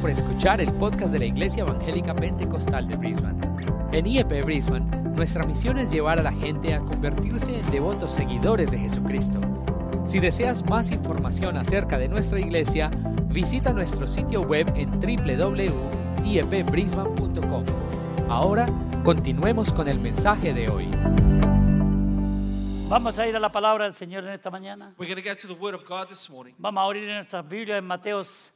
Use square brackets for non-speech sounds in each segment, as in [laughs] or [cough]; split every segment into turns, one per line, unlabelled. por escuchar el podcast de la Iglesia Evangélica Pentecostal de Brisbane. En IEP Brisbane, nuestra misión es llevar a la gente a convertirse en devotos seguidores de Jesucristo. Si deseas más información acerca de nuestra iglesia, visita nuestro sitio web en E www.iepbrisbane.com. Ahora, continuemos con el mensaje de hoy.
Vamos a ir a la palabra del Señor en esta mañana.
We're going to go to the Word of God this morning.
Vamos a abrir nuestras Biblias en Mateo 5.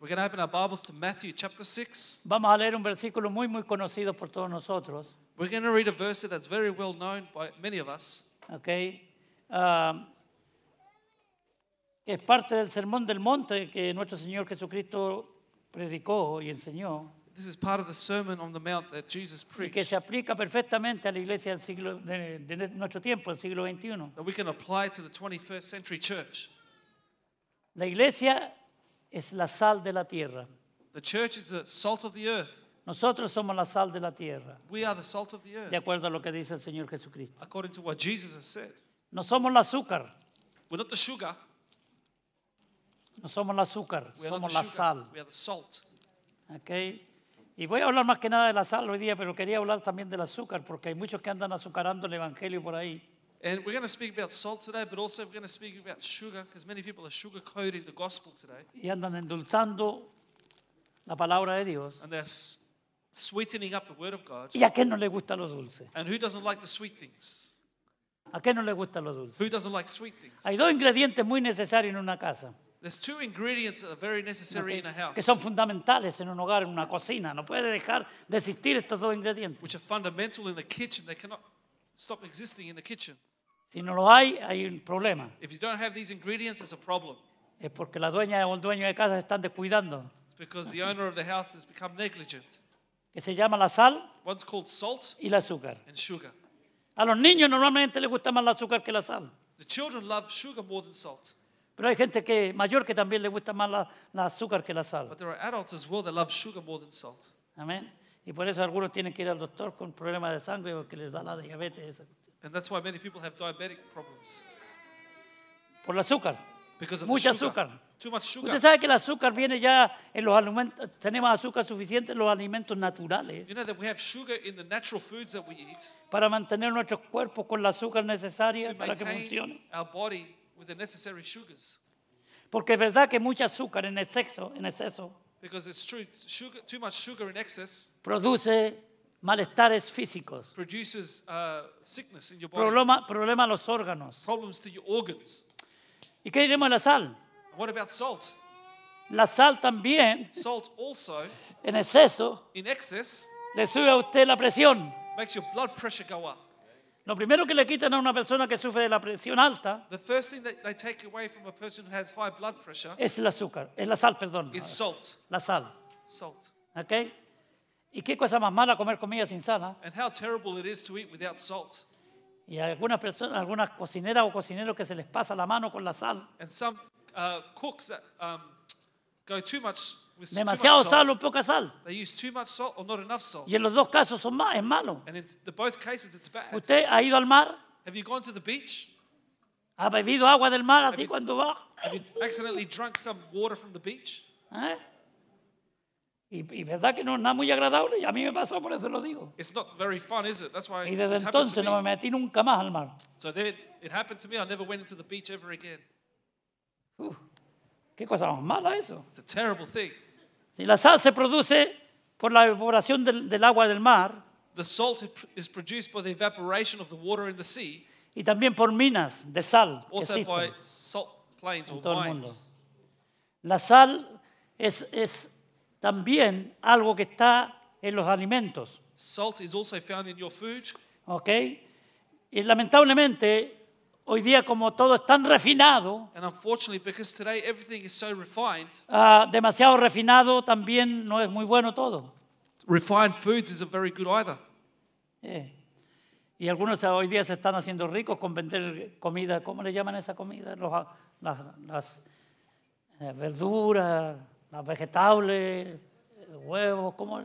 We're going to open our Bibles to Matthew chapter 6.
Vamos a leer un versículo muy, muy conocido por todos nosotros.
We're going to read a verse that's very well known by many of us.
¿ok? Ah, es parte del Sermón del Monte que nuestro Señor Jesucristo predicó y enseñó
This is part of the Sermon on the Mount that Jesus
y que
preached
se aplica perfectamente a la iglesia del siglo, de, de nuestro tiempo, del siglo XXI.
that we can apply to the 21st century church.
La iglesia es la sal de la tierra.
The church is the salt of the earth.
Nosotros somos la sal de la tierra,
We are the salt of the earth,
de acuerdo a lo que dice el Señor Jesucristo.
according to what Jesus has said.
No somos el azúcar,
We're not the sugar,
no somos el azúcar,
we are not the
somos la
sugar,
sal.
we are the salt.
¿ok? Y voy a hablar más que nada de la sal hoy día, pero quería hablar también del azúcar, porque hay muchos que andan azucarando el Evangelio por ahí.
And we're going to speak about salt today, but also we're going to speak about sugar because many people are sugar coating the gospel today
y andan endulzando la palabra de Dios.
and they're s- sweetening up the Word of God.
¿Y a qué no le gusta lo dulce?
And who doesn't like the sweet things?
¿A qué no le gusta lo dulce?
Who doesn't like sweet things?
Hay dos ingredientes muy necesarios en una casa,
There's two ingredients that are very necessary in a
que
house,
son fundamentales en un hogar, en una cocina. No puede dejar de existir estos dos ingredientes.
which are fundamental in the kitchen. They cannot stop existing in the kitchen.
Si no los hay, hay un problema.
If you don't have these ingredients, there's a problem.
Es porque la dueña o el dueño de casa se están descuidando.
It's because the owner of the house has become negligent.
Que se llama la sal
One's called salt
y el azúcar.
and sugar.
A los niños normalmente les gusta más el azúcar que la sal.
The children love sugar more than salt,
Pero hay gente que mayor que también le gusta más la, la azúcar que la sal.
but there are adults as well that love sugar more than salt.
Amén. Y por eso algunos tienen que ir al doctor con problemas de sangre porque les da la diabetes. esa cuestión.
And that's why many people have diabetic problems
Por el azúcar.
because of
Mucho
the sugar.
azúcar.
Too much
Usted
sugar.
sabe que el azúcar viene ya en los alimentos, tenemos azúcar suficiente en los alimentos naturales
You know that we have sugar in the natural foods that we eat
para mantener nuestros cuerpos con el azúcar necesaria
to
para que
maintain
funcione.
our body with the necessary sugars.
Porque es verdad que mucho azúcar en exceso, en exceso
Because it's true, sugar, too much sugar in excess
produce malestares físicos,
produces uh, sickness in your body,
problema, problemas a los órganos.
problems to your organs.
¿Y qué diremos de la sal?
And What about salt?
La sal también
Salt also,
en exceso
in excess,
le sube a usted la presión.
makes your blood pressure go up.
Lo primero que le quitan a una persona que sufre de la presión alta
The first thing that they take away from a person who has high blood pressure
es el azúcar, es la sal, perdón.
is salt.
La sal.
Salt.
¿Ok? ¿Y qué cosa más mala comer comida sin sal? ah?
And how terrible it is to eat without salt.
Y hay algunas personas, algunas cocineras o cocineros que se les pasa la mano con la sal.
And some uh, cooks that um, go too much with too much
Demasiado sal
salt.
o poca sal.
They use too much salt or not enough salt.
Y en los dos casos son ma- es malo.
And in the, both cases, it's bad.
Usted ha ido al mar,
Have you gone to the beach?
ha bebido agua del mar así cuando va.
Have you accidentally drunk some water from the beach?
¿eh? Y, y verdad que no es nada muy agradable. Y a mí me pasó, por eso lo digo.
It's not very fun, is it? That's why
Y
it's
desde
happened to
entonces
me.
no me metí nunca más al mar.
So then it happened to me. I never went into the beach ever again.
Uf, qué cosa más mala eso.
It's a terrible thing.
Si la sal se produce por la evaporación del, del agua del mar
The salt it pr- is produced by the evaporation of the water in the sea,
y también por minas de sal. que
also by
existen.
salt plains or
todo el mundo.
mines.
La sal es, es también algo que está en los alimentos.
Salt is also found in your food.
¿ok? Y lamentablemente, hoy día como todo es tan refinado,
And unfortunately, because today everything is so refined,
ah, demasiado refinado también no es muy bueno todo.
refined foods isn't very good either.
Eh, Y algunos hoy día se están haciendo ricos con vender comida, ¿cómo le llaman esa comida? Los a- las las, eh, verduras, las vegetables, eh, huevos, ¿cómo?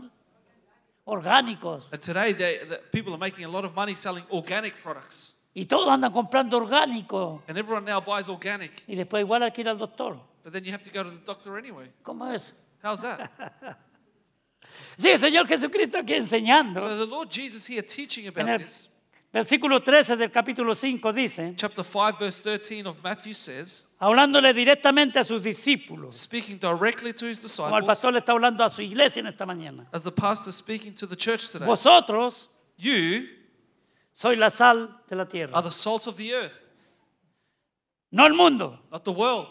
Orgánicos.
And today, they, the, people are making a lot of money selling organic products.
Y todos andan comprando orgánicos.
And everyone now buys organic.
Y después igual hay que ir al doctor.
But then you have to go to the doctor anyway.
¿Cómo es? [laughs]
How's that?
Sí, el Señor Jesucristo aquí enseñando.
So the Lord Jesus here teaching
En el
about this.
versículo 13 del capítulo 5 dice,
Chapter 5, verse 13 of Matthew says,
hablándole directamente a sus discípulos,
speaking directly to his
como el pastor
disciples,
le está hablando a su iglesia en esta mañana.
as the pastor speaking to the church today,
Vosotros
you
sois la sal de la
are
tierra,
the salt of the earth,
no el mundo.
not the world.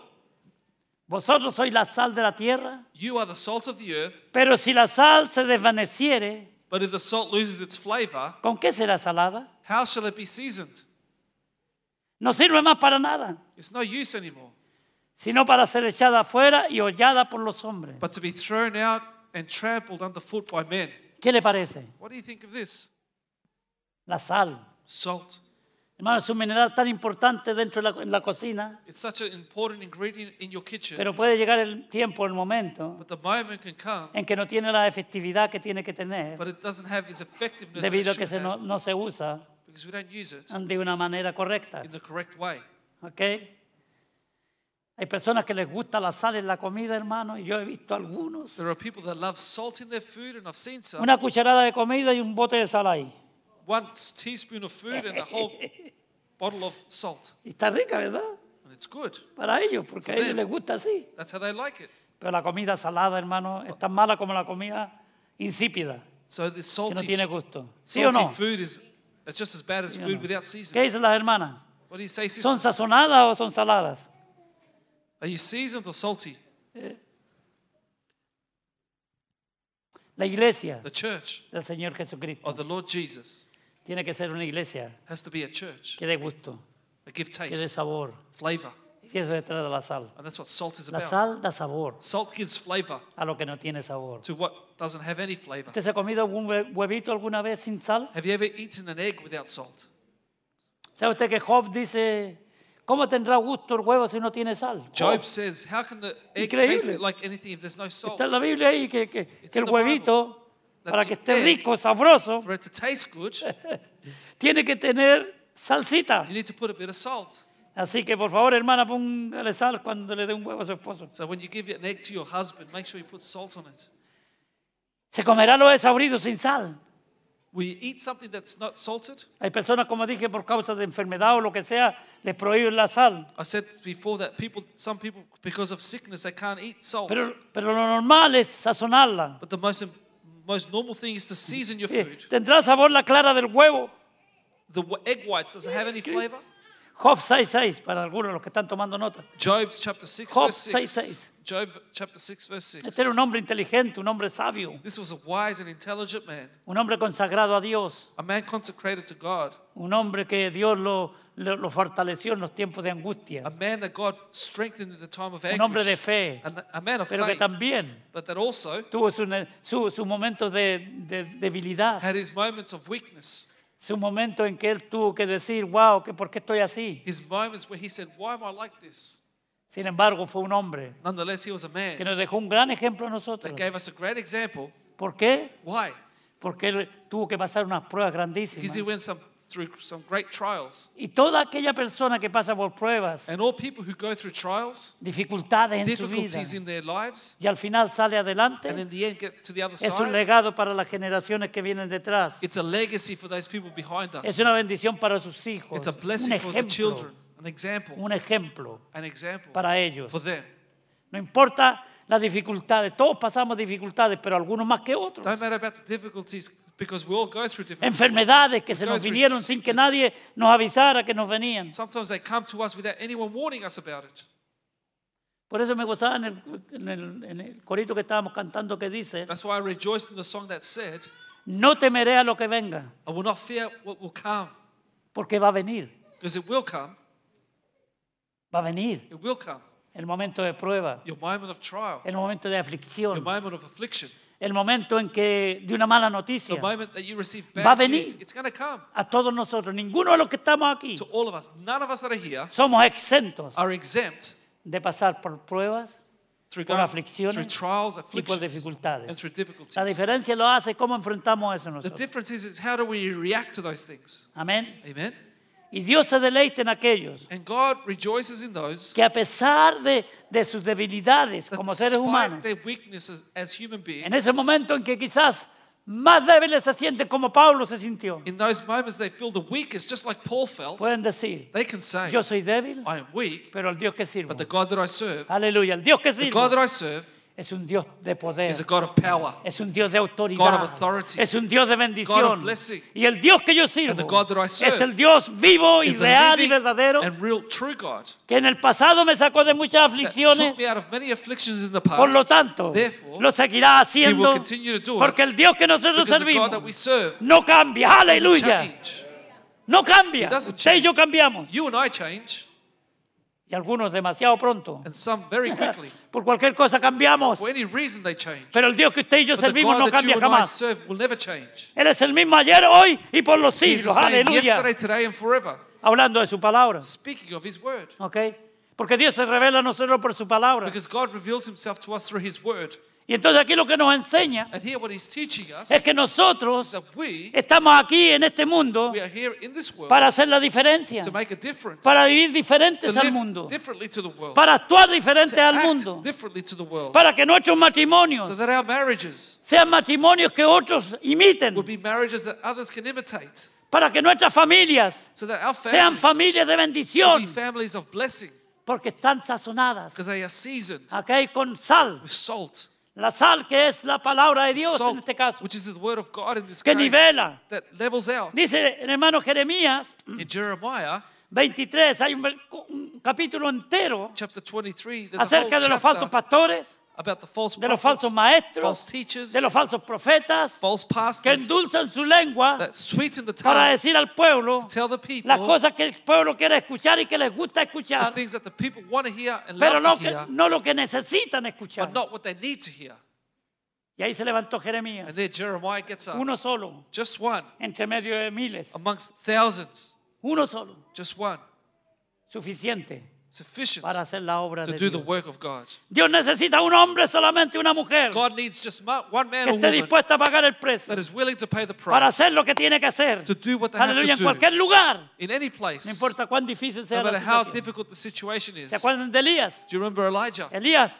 Vosotros sois la sal de la tierra,
You are the salt of the earth,
pero si la sal se desvaneciere,
but if the salt loses its flavor,
¿con qué será salada?
how shall it be seasoned?
No sirve más para nada,
It's no use anymore,
sino para ser echada afuera y hollada por los hombres.
but to be thrown out and trampled underfoot by men.
¿Qué le parece?
What do you think of this?
La sal.
Salt.
Hermano, es un mineral tan importante dentro de la, en la cocina,
It's such an important ingredient in your kitchen,
pero puede llegar el tiempo, el momento,
but the moment can come,
en que no tiene la efectividad que tiene que tener
but it doesn't have its effectiveness that it
debido a que
should
se no,
have,
no se usa
because we don't use it
de una manera correcta.
in the correct way.
¿Ok? Hay personas que les gusta la sal en la comida, hermano, y yo he visto algunos.
There are people that love salt in their food, and I've seen some.
Una cucharada de comida y un bote de sal ahí.
One teaspoon of food and
[laughs]
a whole bottle of salt,
Y está rica, ¿verdad?
and it's good.
Para ellos, porque a ellos les gusta así.
That's how they like it.
Pero la comida salada, hermano, es tan mala como la comida insípida,
So this
que no
salty,
tiene gusto. ¿Sí o
salty
no?
food is it's just as bad as food without
¿Qué
seasoning.
dicen las hermanas?
What do you say,
¿Son
sisters?
sazonadas o son saladas?
Are you seasoned or salty?
La iglesia
The Oh. church
del Señor
of
Jesucristo
the Lord Jesus
tiene que ser una iglesia
has to be a church
que dé gusto,
that give
que dé
taste,
sabor.
flavor,
Y eso es de la sal.
and that's what salt is
La
about.
sal da sabor
Salt gives flavor
a lo que no tiene sabor.
to what doesn't have any flavor.
¿Usted se ha comido algún hue- huevito alguna vez sin sal?
Have you ever eaten an egg without salt?
¿Sabe usted que Job dice, ¿cómo tendrá gusto el huevo si no tiene sal?
Job says, "How can the egg taste
Increíble.
like anything if there's no salt?
Está en la Biblia ahí que, que- que
It's in
el
the
huevito,
That
para
the
que esté
egg-
rico, sabroso,
For it to taste good,
tiene que tener salsita.
you need to put a bit of salt.
Así que por favor, hermana, póngale sal cuando le dé un huevo a su esposo.
So when you give an egg to your husband, make sure you put salt on it.
Se comerá lo desabrido sin sal.
We eat something that's not salted.
Hay personas, como dije, por causa de enfermedad o lo que sea, les prohíben la sal.
I said before that people, some people, because of sickness, they can't eat salt.
Pero, pero lo normal es sazonarla.
but the most most normal thing is to season your
Eh,
food.
Tendrá sabor la clara del huevo.
The w- egg whites does it have any flavor?
Job 6.6, para algunos de los que están tomando nota.
Job's chapter six
Job
verse
seis,
six.
seis.
Job chapter six verse six.
Este era un hombre inteligente, un hombre sabio,
This was a wise and intelligent man,
un hombre consagrado a Dios,
a man consecrated to God,
un hombre que Dios lo, lo, lo fortaleció en los tiempos de angustia,
a man that God strengthened in the time of anguish,
un hombre de fe,
a, a man of
pero que
faith,
también
but that also
tuvo sus su, su momentos de, de debilidad,
had his moments of weakness,
su momento en que él tuvo que decir, wow, ¿por qué estoy así?
his moments where he said, "Why am I like this?"
Sin embargo, fue un hombre
Nonetheless, he was a man
que nos dejó un gran ejemplo a nosotros.
that gave us a great example.
¿Por qué?
Why?
Porque él tuvo que pasar unas pruebas
Because
grandísimas.
he went some, through some great trials.
Y toda aquella persona que pasa por pruebas,
And all people who go through trials,
dificultades en su vida,
difficulties in their lives,
y al final sale
and
adelante,
in the end get to the other
es un
side,
legado para las generaciones que vienen detrás.
it's a legacy for those people behind
Es
us.
una bendición para sus hijos.
It's a
Un
blessing for the
ejemplo,
children, an example,
un ejemplo
an example
para ellos.
for them.
No importa las dificultades, todos pasamos dificultades, pero algunos más que otros.
Don't matter about the difficulties because we all go through difficulties.
Enfermedades que
We
se
go
nos
through
vinieron
s-
sin que nadie nos avisara que nos venían.
Sometimes they come to us without anyone warning us about it.
Por eso me gozaba en el, en el- en el corito que estábamos cantando que dice,
That's why I rejoiced in the song that said,
no temeré a lo que venga,
I will not fear what will come
porque va a venir,
because it will come.
va a venir
It will come.
el momento de prueba,
Your moment of trial,
el momento de
your
aflicción,
moment of affliction,
el momento en que de una mala
the
noticia
moment that you receive
Va a
bad
venir.
news, it's going to come
a todos nosotros, ninguno de los que estamos aquí
to all of us. None of us that are here
somos exentos
are exempt
de pasar por pruebas
through,
Por
going-
aflicciones
through trials,
y por
afflictions, and
dificultades.
through
La
difficulties.
diferencia lo hace cómo enfrentamos eso
The
nosotros.
difference is, is how do we react to those things?
Amén.
Amen.
Y Dios se deleita en aquellos
And God rejoices in those
que a pesar de, de sus debilidades
that
como seres
despite
humanos,
their weaknesses as human beings,
en ese momento en que quizás más débiles se sienten como Pablo se sintió,
in those moments they feel the weakest, just like Paul felt,
pueden decir,
they can say,
yo soy débil,
I am weak,
pero el Dios que sirvo.
but the God that I serve,
Aleluya, el Dios que
the
sirvo
God that I serve
es un Dios de poder.
is a God of power.
Es un Dios de
God of
autoridad.
authority.
Es un Dios de
God of
bendición.
blessing.
Y el Dios que yo sirvo
the God that I serve
es el Dios vivo y
Is the
real y
living
verdadero
and real true God
que en el pasado me sacó de muchas
that took
aflicciones.
me out of many afflictions in the past.
Por lo tanto,
therefore,
lo seguirá haciendo
continue to do it
porque el Dios que nosotros
because the God that we
servimos
serve
no cambia.
doesn't
Aleluya.
change.
No cambia.
It doesn't
Usted y yo
change.
cambiamos.
You and I change,
Y algunos demasiado pronto.
and some
[laughs]
very quickly.
Por cualquier cosa cambiamos.
For any reason, they change.
Pero el Dios que usted y yo
But the
servimos no
God that you
cambia
and I
jamás.
serve will never change.
Él es el mismo ayer, hoy y por los
He's the
siglos.
same
Aleluya.
yesterday, today, and forever.
Hablando de su palabra.
Speaking of His word,
¿Ok? Porque Dios se revela a nosotros por su palabra.
because God reveals Himself to us through His word.
Y entonces aquí lo que nos enseña
And here, what He's teaching us
es
is
que nosotros
that we
estamos aquí en este mundo
we are here in this world
para hacer la diferencia,
to make a difference,
para vivir
to
diferentes al mundo,
live differently to the world,
para actuar diferente
to
al
act
mundo,
differently to the world,
para que nuestros matrimonios
so that our marriages
sean matrimonios que otros imiten,
will be marriages that others can imitate,
para que nuestras familias
so that our
sean
families
familias de
will be
bendición,
families of blessing,
porque están sazonadas,
because they are seasoned
¿ok? Con sal,
with salt.
la sal que es la palabra de Dios
salt,
en este caso.
which is the word of God in this
Que
case,
nivela.
that levels out.
Dice el hermano Jeremías
In Jeremiah
23, hay un, ver- un capítulo entero
chapter 23, there's a whole
acerca de los falsos
chapter
pastores,
about the false
de los
prophets,
falsos maestros,
false teachers,
de los falsos profetas,
false
que
pastors
endulzan su lengua
that sweeten the
para
tongue,
decir al pueblo
tell the
las
people
cosas que el pueblo quiere escuchar y que les gusta
the
escuchar,
things that the people want to hear and
pero
love
no,
to
que-
hear,
no lo que necesitan escuchar.
but not what they need to hear.
Y ahí se levantó Jeremías,
And there Jeremiah gets up,
uno solo,
just one
entre medio de miles,
amongst thousands,
uno solo,
just one,
suficiente
sufficient
para hacer la obra
to
de
do the
Dios.
work of God.
Dios necesita un hombre solamente una mujer.
God needs just ma- one man
que
or
esté
woman
dispuesta a pagar el precio
that is willing to pay the
para
price
hacer lo que tiene que hacer.
to do what they have
Aleluya, en
to do.
cualquier lugar,
in any
no
place,
importa cuán difícil
no
sea
matter
la
how
situación.
difficult the situation is.
¿Se
Do
acuerdan de Elías?
you remember Elijah?
Elías,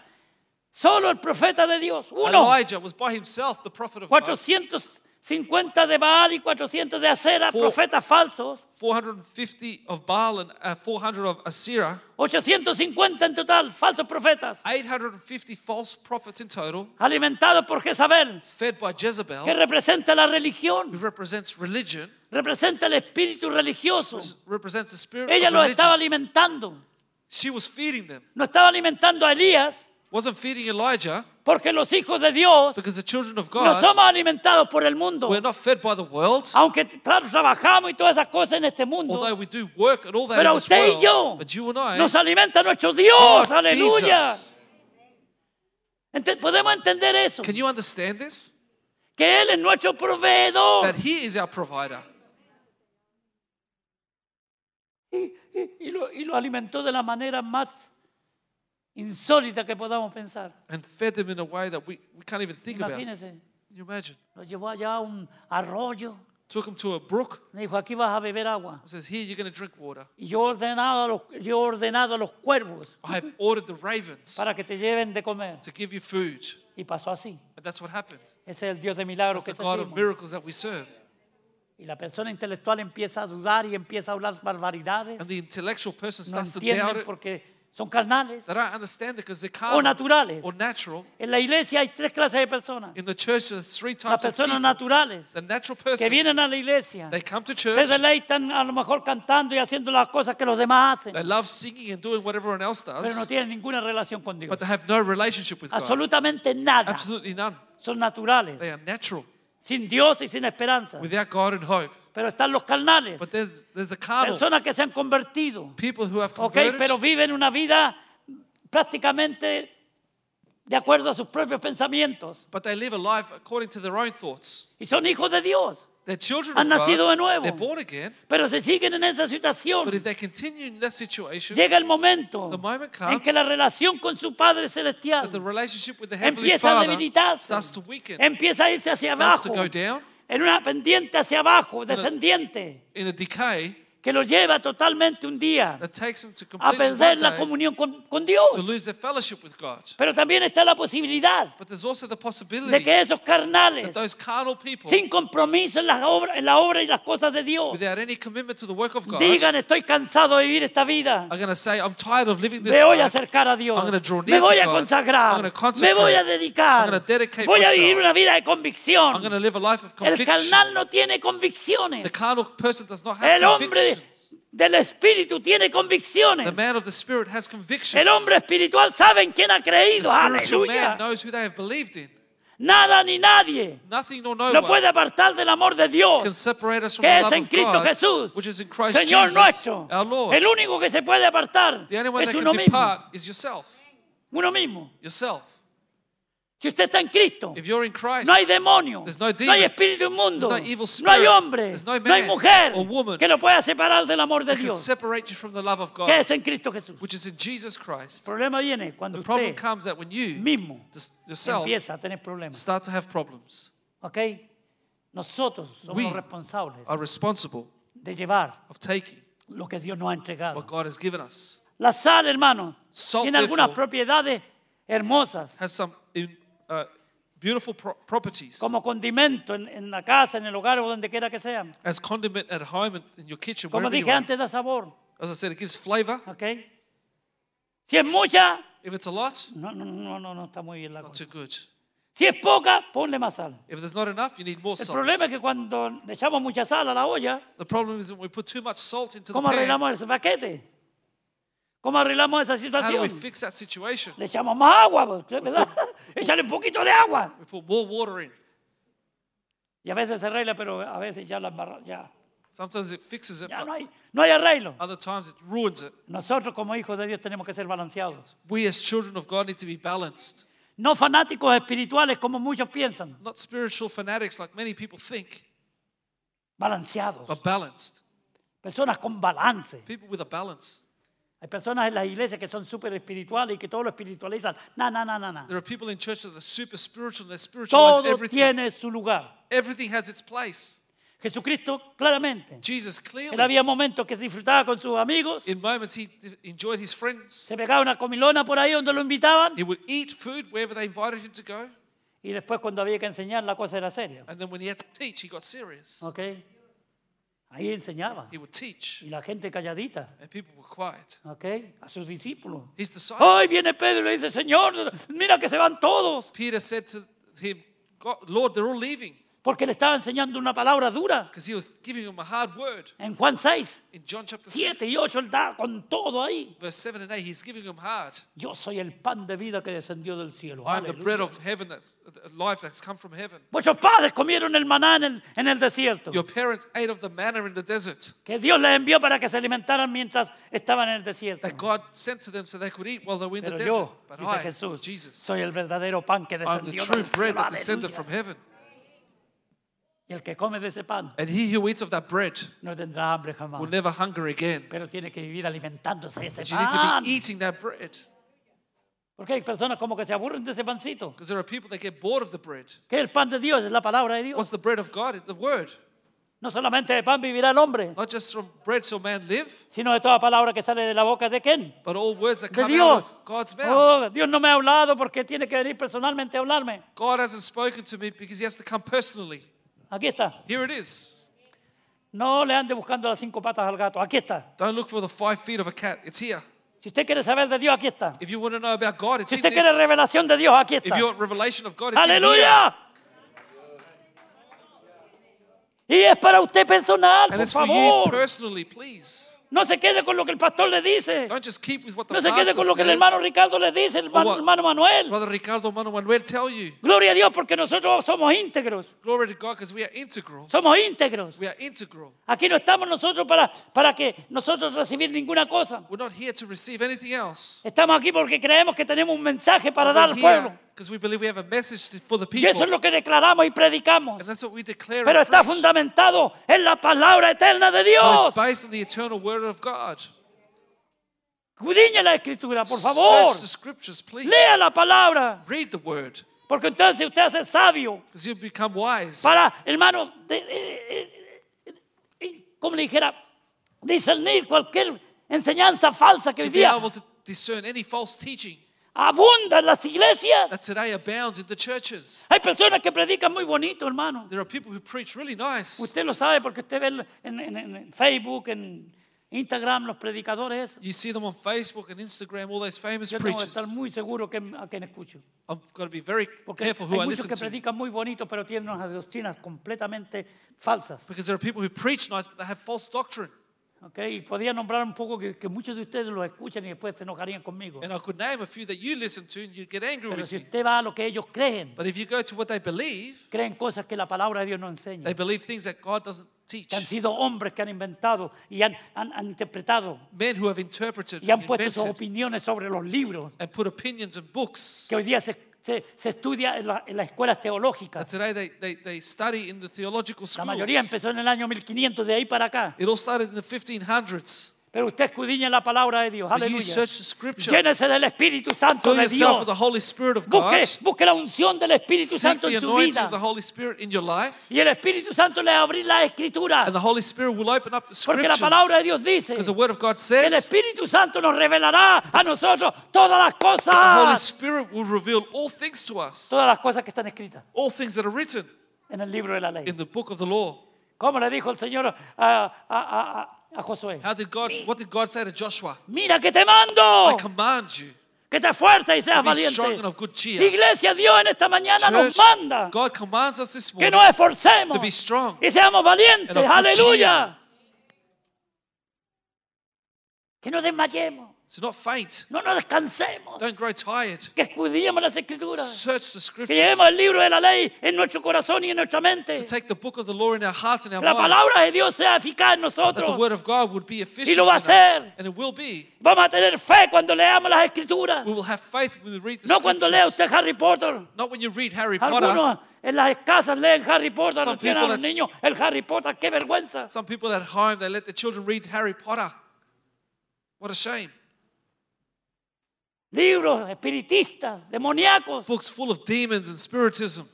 solo el profeta de Dios,
Ah,
uno,
Elijah was by himself the prophet of God.
450 de Baal y 400 de Acera,
Four-
profetas falsos,
450 of Baal and uh, 400 of Asherah,
850 en total, falsos profetas,
850 false prophets in total,
alimentados por Jezabel,
fed by Jezebel,
que representa la
who
religión,
represents religion,
representa el espíritu religioso.
Pues, represents the spirit
Ella
of
los estaba
religion.
alimentando,
She was feeding them,
no estaba alimentando a Elías.
wasn't feeding Elijah,
Porque los hijos de Dios
because the children of
no
Pues, God,
somos alimentados por el mundo.
we're not fed by the world,
Aunque claro, trabajamos y todas esas cosas en este
although
mundo.
we do work and all that
Pero
in this
usted y yo
world, but you and I,
nos alimenta nuestro
¿eh? God
Dios.
feeds
Aleluya.
us.
Ente- podemos entender eso.
Can you understand this?
Que Él es nuestro proveedor.
That He is our provider.
Y, y- y lo, y lo alimentó de la manera más insólita que podamos pensar.
and fed them in a way that we, we can't even think about. Can
Imagínense.
you imagine?
Lo llevó allá a un arroyo.
Took them to a brook
Le dijo, aquí vas a beber agua.
and says, Here, you're going to drink water.
Y yo he ordenado a los, yo he ordenado a los cuervos
I have [laughs] ordered the ravens
para que te lleven de comer.
to give you food.
Y pasó así.
And that's what happened.
Ese es el Dios de milagros
That's
que
the God of
servimos.
miracles that we serve.
Y la persona intelectual empieza a dudar y empieza a hablar barbaridades.
And the intellectual person
No
starts to doubt
entienden
it.
porque son carnales
They don't understand it because they're
o
carnal
naturales.
Ah, or natural.
En la iglesia hay tres clases de personas.
In the church, there's three
Las
types of
personas
people.
naturales
The natural
que
person,
vienen a la iglesia
they come to
se
church,
deleitan a lo mejor cantando y haciendo las cosas que los demás hacen,
they love singing and doing what everyone else
pero no
does,
tienen ninguna relación con Dios.
but they have no relationship with God.
Absolutamente nada.
Absolutely none.
Son
They
naturales,
are natural,
sin Dios y sin esperanza.
without God and hope.
Pero están los carnales,
But there's, there's a carnal
personas que se han convertido
people who have
Ok,
converted,
pero viven una vida prácticamente de acuerdo a sus propios pensamientos.
but they live a life according to their own thoughts.
Y son hijos de Dios,
They're children
Han
of God.
nacido de nuevo.
They're born again.
pero se siguen en esa
But if
situación.
they continue in that situation,
Llega el momento
The moment
en que
comes
la relación con su Padre Celestial
that the relationship with the Heavenly
empieza a
Father
debilitarse,
starts to weaken,
empieza a irse hacia
starts to
abajo,
go down
en una pendiente hacia abajo, descendiente,
in a decay,
que lo lleva totalmente un día
that takes them to
a
completely
perder la
one day,
comunión con, con
to
Dios.
lose their fellowship with God.
Pero también está la posibilidad
But there's also the
de
possibility
que esos carnales,
that those carnal people,
sin compromiso en la obra, en la obra y las cosas de Dios,
without any commitment to the work of God,
digan, estoy cansado de vivir esta vida.
are going to say, I'm tired of living this
Me voy a
life.
acercar a Dios.
I'm gonna draw
Me
near to
voy a
God. I'm
consagrar.
gonna
Me
consecrate.
voy a
I'm
dedicar.
gonna dedicate
Voy a vivir
myself.
una vida de
I'm going to
convicción.
live a life of
El
conviction.
carnal no tiene
The
convicciones.
carnal person does not have
El hombre
conviction.
del espíritu tiene
The
convicciones.
man of the spirit has conviction.
El hombre espiritual sabe en quién ha
the
creído.
spiritual man
Aleluya.
knows who they have believed in.
Nada ni nadie
Nothing nor no
no
one
puede apartar del amor de
can
Dios
separate us from
que
the
es
love
en
of
Cristo
God,
Jesús,
which is in Christ
Señor
Jesus,
nuestro.
our Lord.
El único que se puede apartar
the only one
es
that
uno
can
mismo.
depart is yourself.
Uno mismo.
Yourself.
Si usted está en Cristo,
If you're in Christ,
No hay demonio,
There's no
no hay
demon.
espíritu inmundo,
There's no evil
no hay
spirit.
hombre,
There's no
no hay
man
mujer
or woman
que lo pueda separar del amor de
can
Dios,
separate you from the love of God,
que es en Cristo Jesús. El
which is in Jesus Christ.
problema viene cuando
The problem
usted
comes that when you
mismo
dis- yourself
empieza a tener problemas,
start to have problems,
¿ok? Nosotros somos
We
los responsables
are responsible
de llevar
of taking
lo que Dios nos ha entregado.
what God has given us.
La sal, hermano,
Salt,
tiene algunas
therefore,
propiedades hermosas
Has some in, uh, beautiful pro- properties
como condimento en, en la casa, en el hogar o donde quiera que sea.
as condiment at home and in your kitchen.
Como
wherever you
dije
are.
antes, da sabor,
As I said, it gives flavor.
¿ok? Si es mucha,
If it's a lot,
No, no, no, no, no está muy bien la
not
cosa.
too good.
Si es poca, ponle más sal.
If there's not enough, you need more
El
salt.
problema es que cuando le echamos mucha sal a la olla,
The problem is that we put too much salt into the
¿cómo
pan.
arreglamos ese paquete? ¿Cómo arreglamos esa
How do we
situación?
fix that situation?
Le echamos más agua, pues, ¿verdad? [laughs] Echarle un poquito de agua.
We put more water in.
Y a veces se arregla, pero a veces ya la embarra- ya,
Sometimes it fixes it,
ya
but
no hay, no hay arreglo.
other times it ruins it.
Nosotros como hijos de Dios tenemos que ser balanceados.
We as children of God need to be balanced,
No fanáticos espirituales como muchos piensan,
not spiritual fanatics like many people think,
balanceados.
but balanced.
Personas con balance.
People with a balance.
Hay personas en las iglesias que son súper espirituales y que todo lo espiritualizan. No, no, no, no, no.
There are people in church that are super spiritual and they spiritualize
Todo
everything.
tiene su lugar.
Everything has its place.
Jesucristo, claramente.
Jesus
Él
clearly,
había momentos que se disfrutaba con sus amigos,
in moments, he d- enjoyed his friends.
se pegaba una comilona por ahí donde lo invitaban,
He would eat food wherever they invited him to go.
y después cuando había que enseñar la cosa era seria.
And then when he had to teach, he got serious.
¿Ok? Ahí enseñaba.
He would teach,
Y la gente calladita.
and people were quiet.
¿Ok? A sus discípulos.
His
Hoy
disciples,
viene Pedro y le dice, Señor, mira que se van todos.
Peter said to him, "God- Lord, they're all leaving.
Porque le estaba enseñando una palabra dura.
Because he was giving him a hard word.
En Juan 6,
In John chapter
7
6,
y 8, él da con todo ahí.
verse 7 and 8, he's giving him hard.
Yo soy el pan de vida que descendió del cielo.
I'm the
Aleluya.
bread of heaven, that's uh, life that's come from heaven.
Vuestros padres comieron el maná en el, en el desierto
Your parents ate of the manna in the desert
que Dios les envió para que se alimentaran mientras estaban en el desierto.
that God sent to them so they could eat while they were in the
Oh. Pero
desert.
yo,
But
dice
I,
Jesús,
Jesus,
soy el verdadero pan que
I'm the
descendió
true
del
bread
cielo.
that descended from
Aleluya.
heaven.
Y el que come de ese pan
And he who eats of that bread
no tendrá hambre jamás,
will never hunger again.
pero tiene que vivir alimentándose de ese
But you need to
pan.
be eating that bread.
Porque hay personas como que se aburren de ese pancito.
Because there are people that get bored of the bread.
Que el pan de Dios es la palabra de Dios.
What's the bread of God? It's The word.
No solamente de pan vivirá el hombre,
Not just from bread so man live,
sino de toda palabra que sale de la boca de quién?
but all words that
De
come out
Dios.
of God's mouth.
Oh, Dios no me ha hablado porque tiene que venir personalmente a hablarme.
God hasn't spoken to me because he has to come personally.
Aquí está.
Here it is.
No le ande buscando las cinco patas al gato. Aquí está.
Don't look for the five feet of a cat. It's here.
Si usted quiere saber de Dios, aquí está.
If you want to know about God, it's
Si
in
usted quiere
this.
revelación de Dios, aquí está.
If you want revelation of God, it's in here.
Aleluya. Y es para usted personal,
And
por
it's for you
favor.
personally, please.
No se quede con lo que el pastor le dice.
Don't just keep with what the
No se
pastor
quede con lo que el
says.
hermano Ricardo le dice, el hermano,
what-
hermano Manuel.
Brother Ricardo Mano Manuel tell you,
Gloria a Dios porque nosotros somos íntegros.
glory to God because we are integral.
Somos íntegros.
We are integral.
Aquí no estamos nosotros para, para que nosotros recibir ninguna cosa.
We're not here to receive anything else.
Estamos aquí porque creemos que tenemos un mensaje para dar
We're
al pueblo.
here because we believe we have a message to- for the
Y eso
people.
es lo que declaramos y predicamos.
And that's what we declare
Pero
and
está
preach.
fundamentado en la palabra eterna de
But
Dios.
it's based on the eternal word of God.
Escudriñe la escritura, por favor.
Search the scriptures, please.
Lea la palabra.
Read the word
Porque entonces usted hace sabio.
because you'll become wise.
Para, hermano, de- eh, eh, eh, eh, como le dijera, discernir cualquier enseñanza falsa que hoy
to be
día
able to discern any false teaching
abunda en las iglesias.
that today abounds in the churches.
Hay personas que predican muy bonito, hermano.
There are people who preach really nice.
Usted lo sabe porque usted ve en, en- en Facebook, en Instagram, los predicadores. esos.
You see them on Facebook and Instagram, all those famous
Yo tengo que
preachers.
estar muy seguro que, a quien escucho.
I've got to be very
Porque hay
careful who I
muchos
listen
que
to.
predican muy bonito, pero tienen unas doctrinas completamente falsas.
Because there are people who preach nice, but they have false doctrine.
¿ok? Y podría nombrar un poco que, que muchos de ustedes los escuchan y después se enojarían conmigo.
And I could name a few that you listen to and you'd get angry
Pero
with
si
me.
usted va a lo que ellos creen,
But if you go to what they believe,
creen cosas que la palabra de Dios no enseña.
they believe things that God doesn't teach.
Que han sido hombres que han inventado y han, han- han interpretado
Men who have interpreted
y han
and
puesto sus
invented
opiniones sobre los libros
and put opinions in books
que hoy día se, se- se estudia en, la- en las escuelas
that
teológicas.
today they, they, they study in the theological
La
schools.
mayoría empezó en el año 1500, de ahí para acá.
It all started in the 1500s.
Pero usted escudriña la palabra de Dios.
But you
Aleluya.
search the scripture.
Llénese del Espíritu Santo
Fill
de
yourself with the
Dios.
Holy Spirit of
Busque,
God.
busque la unción del Espíritu
Seek
Santo
the
en su
anointing of
vida.
the Holy Spirit in your life.
Y el Espíritu Santo le va a abrir la escritura.
And the Holy Spirit will open up the
Porque
scriptures.
la palabra de Dios dice
Because the Word of God
que el
says
Espíritu Santo nos revelará a nosotros todas las
the Holy
cosas.
Spirit will reveal all things to us,
Todas las cosas que están escritas
all things that are written
en el libro de la
in
ley.
the book of the law.
Como le dijo el Señor a, a- a- a- a Josué.
How did God, what did God say to Joshua?
Mira que te
I
mando,
command you
que te esfuerces y seas
be strong and
valiente.
of good cheer.
Iglesia, Dios en esta mañana nos
Church,
manda
God commands us this
que
morning
nos esforcemos
to be strong.
y seamos valientes.
and of good
Aleluya. Que no desmayemos,
So not faint.
no nos descansemos,
Don't grow tired.
que escudillemos las escrituras,
Search the
que
scriptures.
llevemos el libro de la ley en nuestro corazón y en nuestra mente.
To take the book of the law in our hearts and our
Que la
minds.
palabra de Dios sea eficaz en
That the
nosotros.
word of God would be efficient
lo va a
in us.
hacer.
And it will be.
Vamos a tener fe cuando leamos las escrituras.
We will have faith when we read the
No cuando lea
scriptures.
usted Harry Potter.
Not when you read Harry Potter.
Algunos en las casas leen Harry Potter,
Some
nos tienen a
people
los
that's-
niños el Harry Potter, qué vergüenza.
Some people at home, they let their children read Harry Potter. What a shame.
Libros espiritistas, demoníacos.
Books full of demons and spiritism.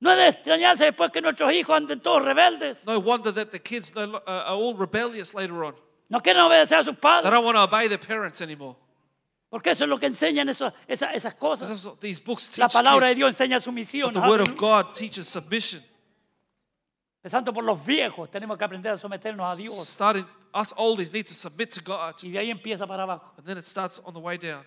No es de extrañarse después que nuestros hijos anden todos rebeldes.
No wonder that the kids no, lo- uh, are all rebellious later on.
No quieren obedecer a sus
They
padres,
don't want to obey their parents anymore.
porque eso es lo que enseñan esos- esas, esas
This
cosas.
is what these books teach
La palabra de
kids.
Dios enseña
But
sumisión.
the word of
Aleluya.
God teaches submission.
Empezando por los viejos, tenemos que aprender a someternos a Dios.
Starting, us oldies need to submit to God.
Y de ahí empieza para abajo.
And then it starts on the way down.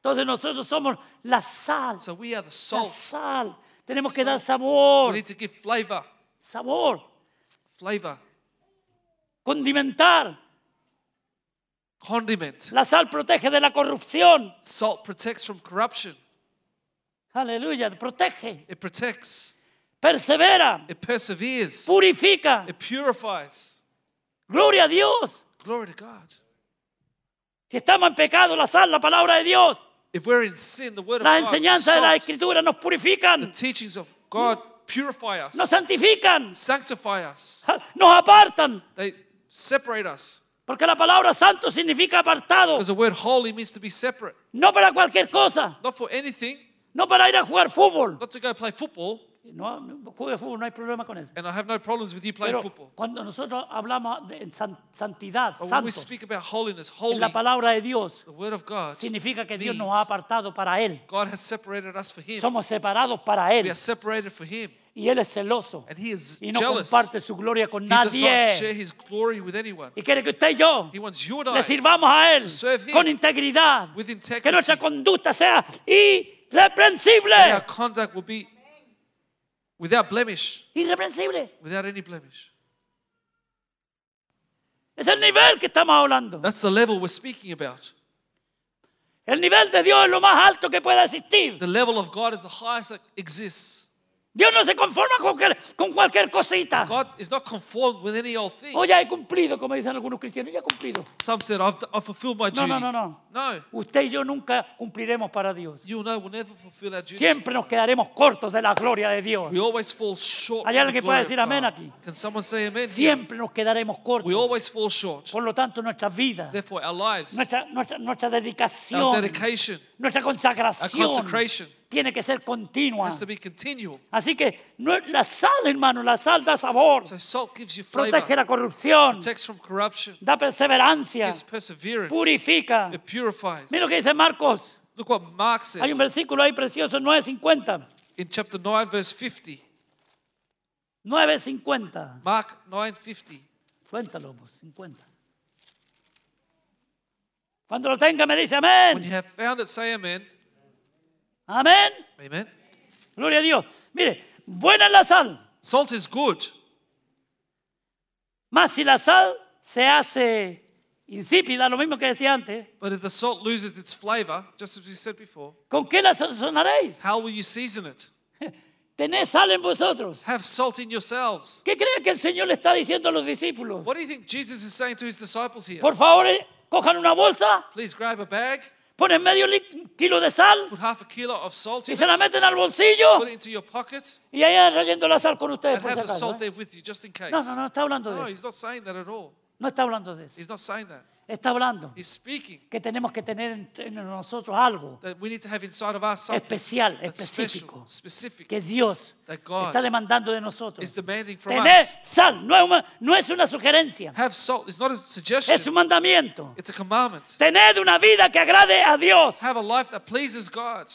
Entonces nosotros somos la sal,
So we are the
la
salt.
sal. Tenemos que dar
Salt. We
sabor,
need to give flavor.
sabor,
Flavor.
condimentar.
Condiment.
La sal protege de la corrupción.
Salt protects from corruption.
Aleluya, protege,
It protects.
persevera,
It perseveres.
purifica.
It purifies.
Gloria a Dios.
Glory to God.
Si estamos en pecado, la sal, la palabra de Dios,
If we're in sin, the word of
las
God,
enseñanzas de la
salt,
Escritura nos
the
purifican,
teachings of God purify us,
nos santifican,
sanctify us.
nos apartan.
They separate us.
Porque la palabra santo significa apartado.
Because the word holy means to be separate.
No para cualquier cosa,
Not for anything,
no para ir a jugar fútbol.
not to go play football.
No, no, juegue fútbol, no hay problema con eso.
And I have no problems with you playing
Pero
football.
cuando nosotros hablamos de san- santidad,
But when we
santos,
speak about holiness,
en
holy,
la palabra de Dios,
the word of God,
significa que Dios
means
nos ha apartado para Él.
God has separated us for Him.
Somos separados para Él.
We are separated for Him.
Y Él es celoso.
And He is
Y no
jealous.
comparte su gloria con
He does not share
nadie.
His glory with anyone.
Y quiere que usted y yo
He wants you and
le
I
sirvamos a Él
serve him
con integridad.
with integrity.
Que nuestra conducta sea
that our
irreprensible.
conduct will be without blemish,
Irreprensible.
without any blemish.
Es el nivel que estamos hablando.
That's the level we're speaking about.
El nivel de Dios es lo más alto que pueda existir.
The level of God is the highest that exists.
Dios no se conforma con cualquier, con cualquier cosita.
God is not conformed with any old thing.
O ya he cumplido, como dicen algunos cristianos, ya he cumplido.
Some said, I've, I've fulfilled my
No,
duty.
no, no, no.
No,
Usted y yo nunca cumpliremos para Dios.
you and I will never fulfill our duties.
Siempre nos quedaremos cortos de la gloria de Dios.
We always fall short.
Hay alguien
from the
que pueda
glory of
decir amén
God.
aquí.
Can someone say amen? here?
Siempre nos quedaremos
We
cortos.
always fall short.
Por lo tanto, nuestra vida,
Therefore, our lives,
nuestra, nuestra, nuestra
our
dedicación,
dedication,
Nuestra
Our
consagración
consecration
tiene que ser continua.
has to be continual.
Así que no es la sal, hermano, la sal da sabor,
So salt gives you flavor,
protege la corrupción,
protects from corruption,
da perseverancia,
gives perseverance,
purifica.
it purifies.
Mira lo que dice Marcos.
Look what Mark
Hay un
says
versículo ahí precioso, 9.50.
in chapter 9, verse 50.
9.50.
Mark 9:50.
Cuéntalo, pues, 50. Cuando lo tenga me dice
When you
amén.
have found it, say amen.
Amén.
Amen.
Gloria a Dios. Mire, buena es la sal,
Salt is good,
mas si la sal se hace insípida, lo mismo que decía antes,
but if the salt loses its flavor, just as we said before,
¿con qué la sazonaréis?
how will you season it?
Tened sal en vosotros.
Have salt in yourselves.
¿Qué creen que el Señor le está diciendo a los discípulos?
What do you think Jesus is saying to his disciples here?
Por favor, eh, cojan una bolsa,
Please grab a bag,
ponen medio li- kilo de sal
put half a kilo of salt
y
in
se la
it,
meten al bolsillo
put it into your pocket,
y ahí andan trayendo la sal con ustedes.
and
Por
have
si
the
acaso,
salt
¿eh?
there with you just in case.
No, no, no está hablando
No,
de eso.
he's not saying that at all.
No está hablando de eso.
He's not saying that.
Está hablando
He's speaking
que tenemos que tener en- en nosotros algo
that we need to have inside of us something
especial,
that's special,
específico,
specific,
que Dios
that God
está demandando de
is
nosotros.
demanding from
Tener
us.
sal no es, una, no es una sugerencia,
Have salt. It's not a
es
suggestion.
un mandamiento.
It's a commandment.
Tener una vida que agrade a Dios,
Have a life that pleases God.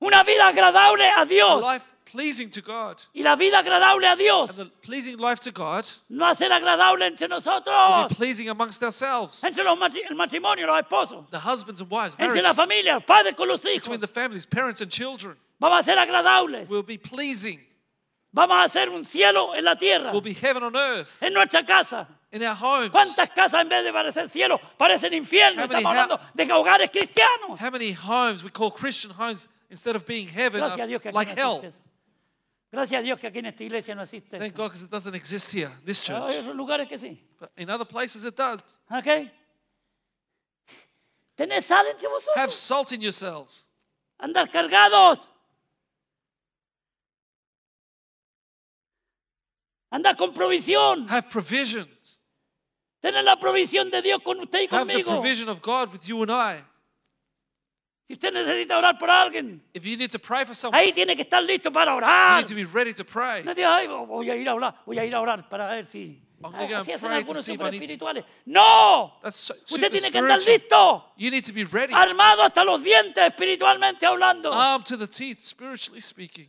una vida agradable a
A
Dios.
life pleasing to God.
Y la vida agradable a Dios
And the pleasing life to God
no va a ser agradable entre
will
nosotros,
be pleasing amongst ourselves.
entre los matri- el matrimonio, los esposos,
The husbands and wives,
entre la
marriages,
familia, los padres con los hijos.
between the families, parents and children
Vamos a ser agradables,
will be pleasing.
vamos a hacer un cielo en la tierra,
Will be heaven on earth.
en nuestra casa.
In our homes.
¿Cuántas casas en vez de parecer cielo parecen infierno?
How many
Estamos
ha-
hablando de hogares cristianos.
How many homes we call Christian homes instead of being heaven
Gracias a
are
Dios que aquí
like
no
hell.
existe eso. Gracias a Dios que aquí en esta iglesia no existe. eso.
Thank
Ah,
God because it doesn't exist here, this church.
Hay otros lugares que sí.
But in other places it does.
¿Ok? Tened sal entre
Have
vosotros.
salt in yourselves.
Andar cargados. Andar con provisión.
Have provisions.
Tener la provisión de Dios con usted y
Have the
conmigo.
provision of God with you and I.
Si usted necesita orar por alguien,
If you need to pray for someone,
ahí tiene que estar listo para
you
orar.
need to be ready to pray.
No digas, "Ay, voy a ir a orar, voy a ir a orar para ver si.
I'm gonna go and
Así hacen
pray to
algunos
see if I
super
need to-
espirituales. ¡No!
That's so,
Usted
super
tiene que andar
spiritual.
listo,
You need to be ready,
armado hasta los dientes espiritualmente hablando.
armed to the teeth, spiritually speaking.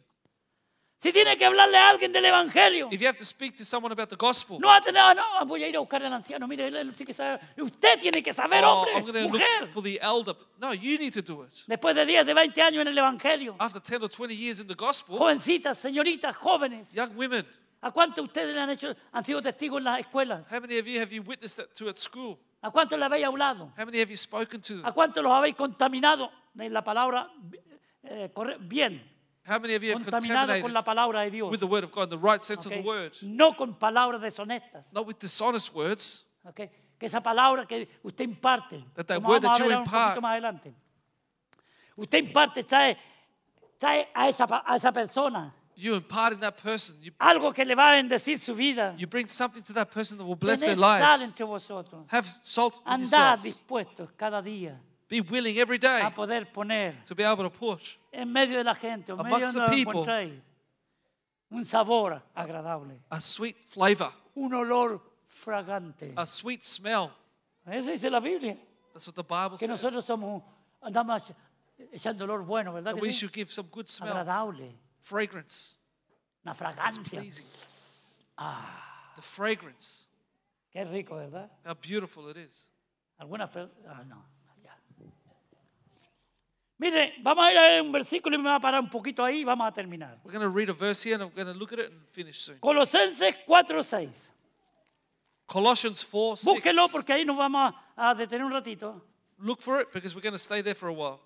Si tiene que hablarle a alguien del evangelio,
If you have to speak to someone about the gospel,
no va a tener, "Ah, no, voy a ir a buscar al anciano. Mire, él, él sí que sabe. Usted tiene que saber,
"Oh, I'm
hombre,
going to look
mujer.
for the elder. No, you need to do it.
Después de 10, de 20 años en el evangelio,
After 10 or 20 years in the gospel,
jovencitas, señoritas, jóvenes,
young women,
¿a cuántos ustedes le han hecho, han sido testigos en las escuelas?
how many of you have you witnessed that to at school?
¿A cuántos le habéis hablado?
How many have you spoken to
¿A
them?
cuántos los habéis contaminado en la palabra eh, corre- bien?
How many of you have
Contaminado
contaminated
con la palabra de Dios.
with the word of God, in the right sense of
¿ok?
the word?
No con palabras deshonestas.
Not with dishonest words.
¿ok? Que esa palabra que usted imparte,
That that
como
word
vamos
that
a
you
ver ahora un poquito
impart-
más adelante. Usted imparte, trae, trae a, esa, pa- a esa persona
You impart in that person. You,
algo que le va a bendecir su vida.
you bring something to that person that will bless their
Tened sal
lives.
entre vosotros.
Have salt in
Andad
yourselves.
dispuestos cada día
Be willing every day
a poder poner
to be able to put
en medio de la gente, en medio de
Amongst the
donde lo
people.
encontréis, un sabor agradable,
a sweet flavor,
un olor fragante.
a sweet smell.
Eso dice la Biblia,
That's what the Bible
que
says.
nosotros somos, andamos echando olor bueno, ¿verdad? que
That we
sí?
should give some good smell,
Agradable,
fragrance.
una
It's
fragancia.
pleasing.
Ah.
The fragrance.
Qué rico, ¿verdad?
How beautiful it is.
Algunas personas... Ah, no, ya. Mire, vamos a ir a leer un versículo y me va a parar un poquito ahí y vamos a terminar.
We're going to read a verse here and I'm going to look at it and finish soon.
Colosenses 4.6.
Colossians 4 6.
Búsquelo porque ahí nos vamos a, a detener un ratito
Look for it because we're going to stay there for a while.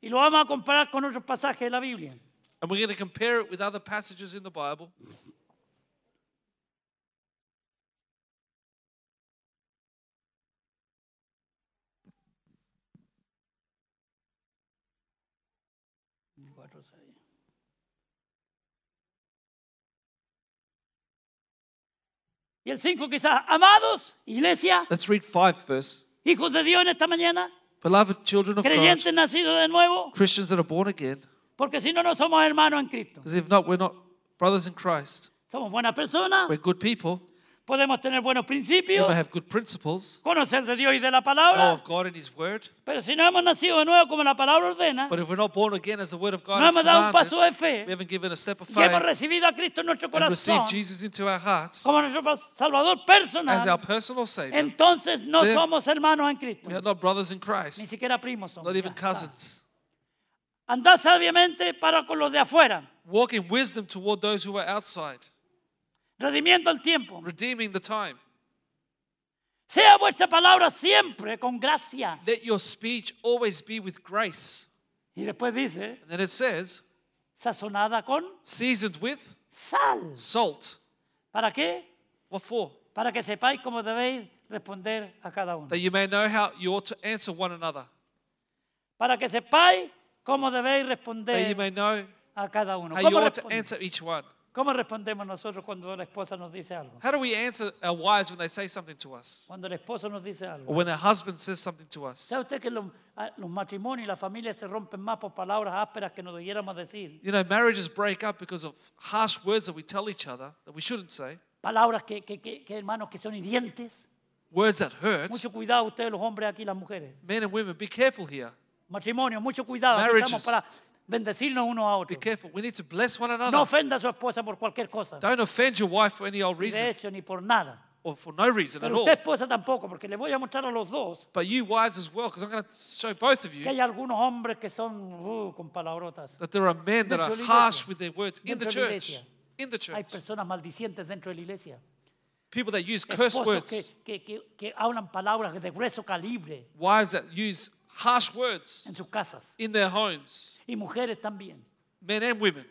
y lo vamos a comparar con otros pasajes de la Biblia.
And we're going to compare it with other passages in the Bible.
Cuatro, seis. Y el 5 quizás, amados, iglesia,
Let's read 5 first.
hijos de Dios en esta mañana,
Beloved children of God,
Creyentes nacidos de nuevo,
Christians that are born again,
porque si no, no somos hermanos en Cristo.
because if not, we're not brothers in Christ.
Somos buenas personas,
We're good people.
podemos tener buenos
We
principios,
may have good principles
conocer de Dios y de la
know
palabra,
of God and His Word,
pero si no hemos nacido de nuevo como la palabra ordena,
but if we're not born again as the Word of God
no
is
hemos dado un paso
commanded,
de fe,
we haven't given a step of
y hemos
faith
recibido a Cristo en nuestro
eh, and received
corazón
Jesus into our hearts
como nuestro Salvador
as
personal,
our personal Savior,
entonces no
Then-
somos hermanos en Cristo,
we are not brothers in
ni
Christ,
siquiera primos somos.
not
ya
even
está.
cousins.
Andad sabiamente para con los de afuera,
Walk in wisdom toward those who are outside,
redimiendo el tiempo.
redeeming the time.
Sea vuestra palabra siempre con gracia.
Let your speech always be with grace.
Y después dice,
And then it says,
sazonada con
seasoned with
sal.
salt.
¿Para qué?
What for?
Para que sepáis cómo debéis responder a cada uno.
That you may know how you ought to answer one another.
Para que sepáis cómo debéis
That you
responder
may know
a cada uno.
how you
¿Cómo,
ought to
respon-
answer each one.
cómo respondemos nosotros cuando la esposa nos dice algo?
How do we answer our wives when they say something to us?
Cuando el esposo nos dice
Or
algo.
when our husband says something to us?
¿Sabe usted que los, a- los matrimonios y las familias se rompen más por palabras ásperas que nos debiéramos decir?
You know, marriages break up because of harsh words that we tell each other that we shouldn't say,
Palabras que, que, que- que, hermanos que son hirientes.
words that hurt.
Mucho cuidado ustedes los hombres aquí y las mujeres.
Men and women, be careful here.
Matrimonio, mucho cuidado. Aquí estamos
Marriages.
para bendecirnos unos a
Be
otros.
careful. We need to bless one
No
another.
ofenda a su esposa por cualquier cosa.
Don't offend your wife for any old
De
reason
hecho, ni por nada.
or for no reason at
Pero
all.
usted esposa tampoco, porque le voy a mostrar a los dos
But you wives as well, because I'm going to show both of
que
you
hay algunos hombres que son uh, con palabrotas.
that there are men that
Dentro
are
de la
harsh
iglesia.
with their words in the
Dentro de la
church.
iglesia.
In the
Hay
church.
personas maldicientes dentro de la iglesia.
People that use curse words.
Esposos que, que, que, que hablan palabras de grueso calibre
Wives that use harsh
en
words
sus casas.
in their homes.
Y mujeres también.
Men and women.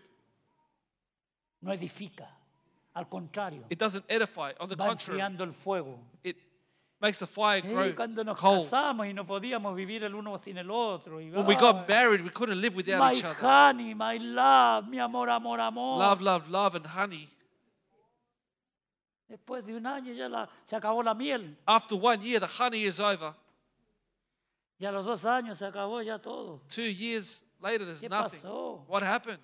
No edifica. Al contrario,
It doesn't edify. On the
va
contrary,
enfriando el fuego.
it makes the fire
Eh,
grow
cuando nos
cold.
casamos y no podíamos vivir el uno sin el otro. Y,
When we
ay,
got married, we couldn't live without
My
each other.
honey, my love, mi amor, amor, amor.
Love, love, love, and honey.
Después de un año ya la- se acabó la miel.
After one year, the honey is over.
Y a los dos años se acabó ya todo.
Two years later, there's
¿Qué
nothing.
pasó?
What happened?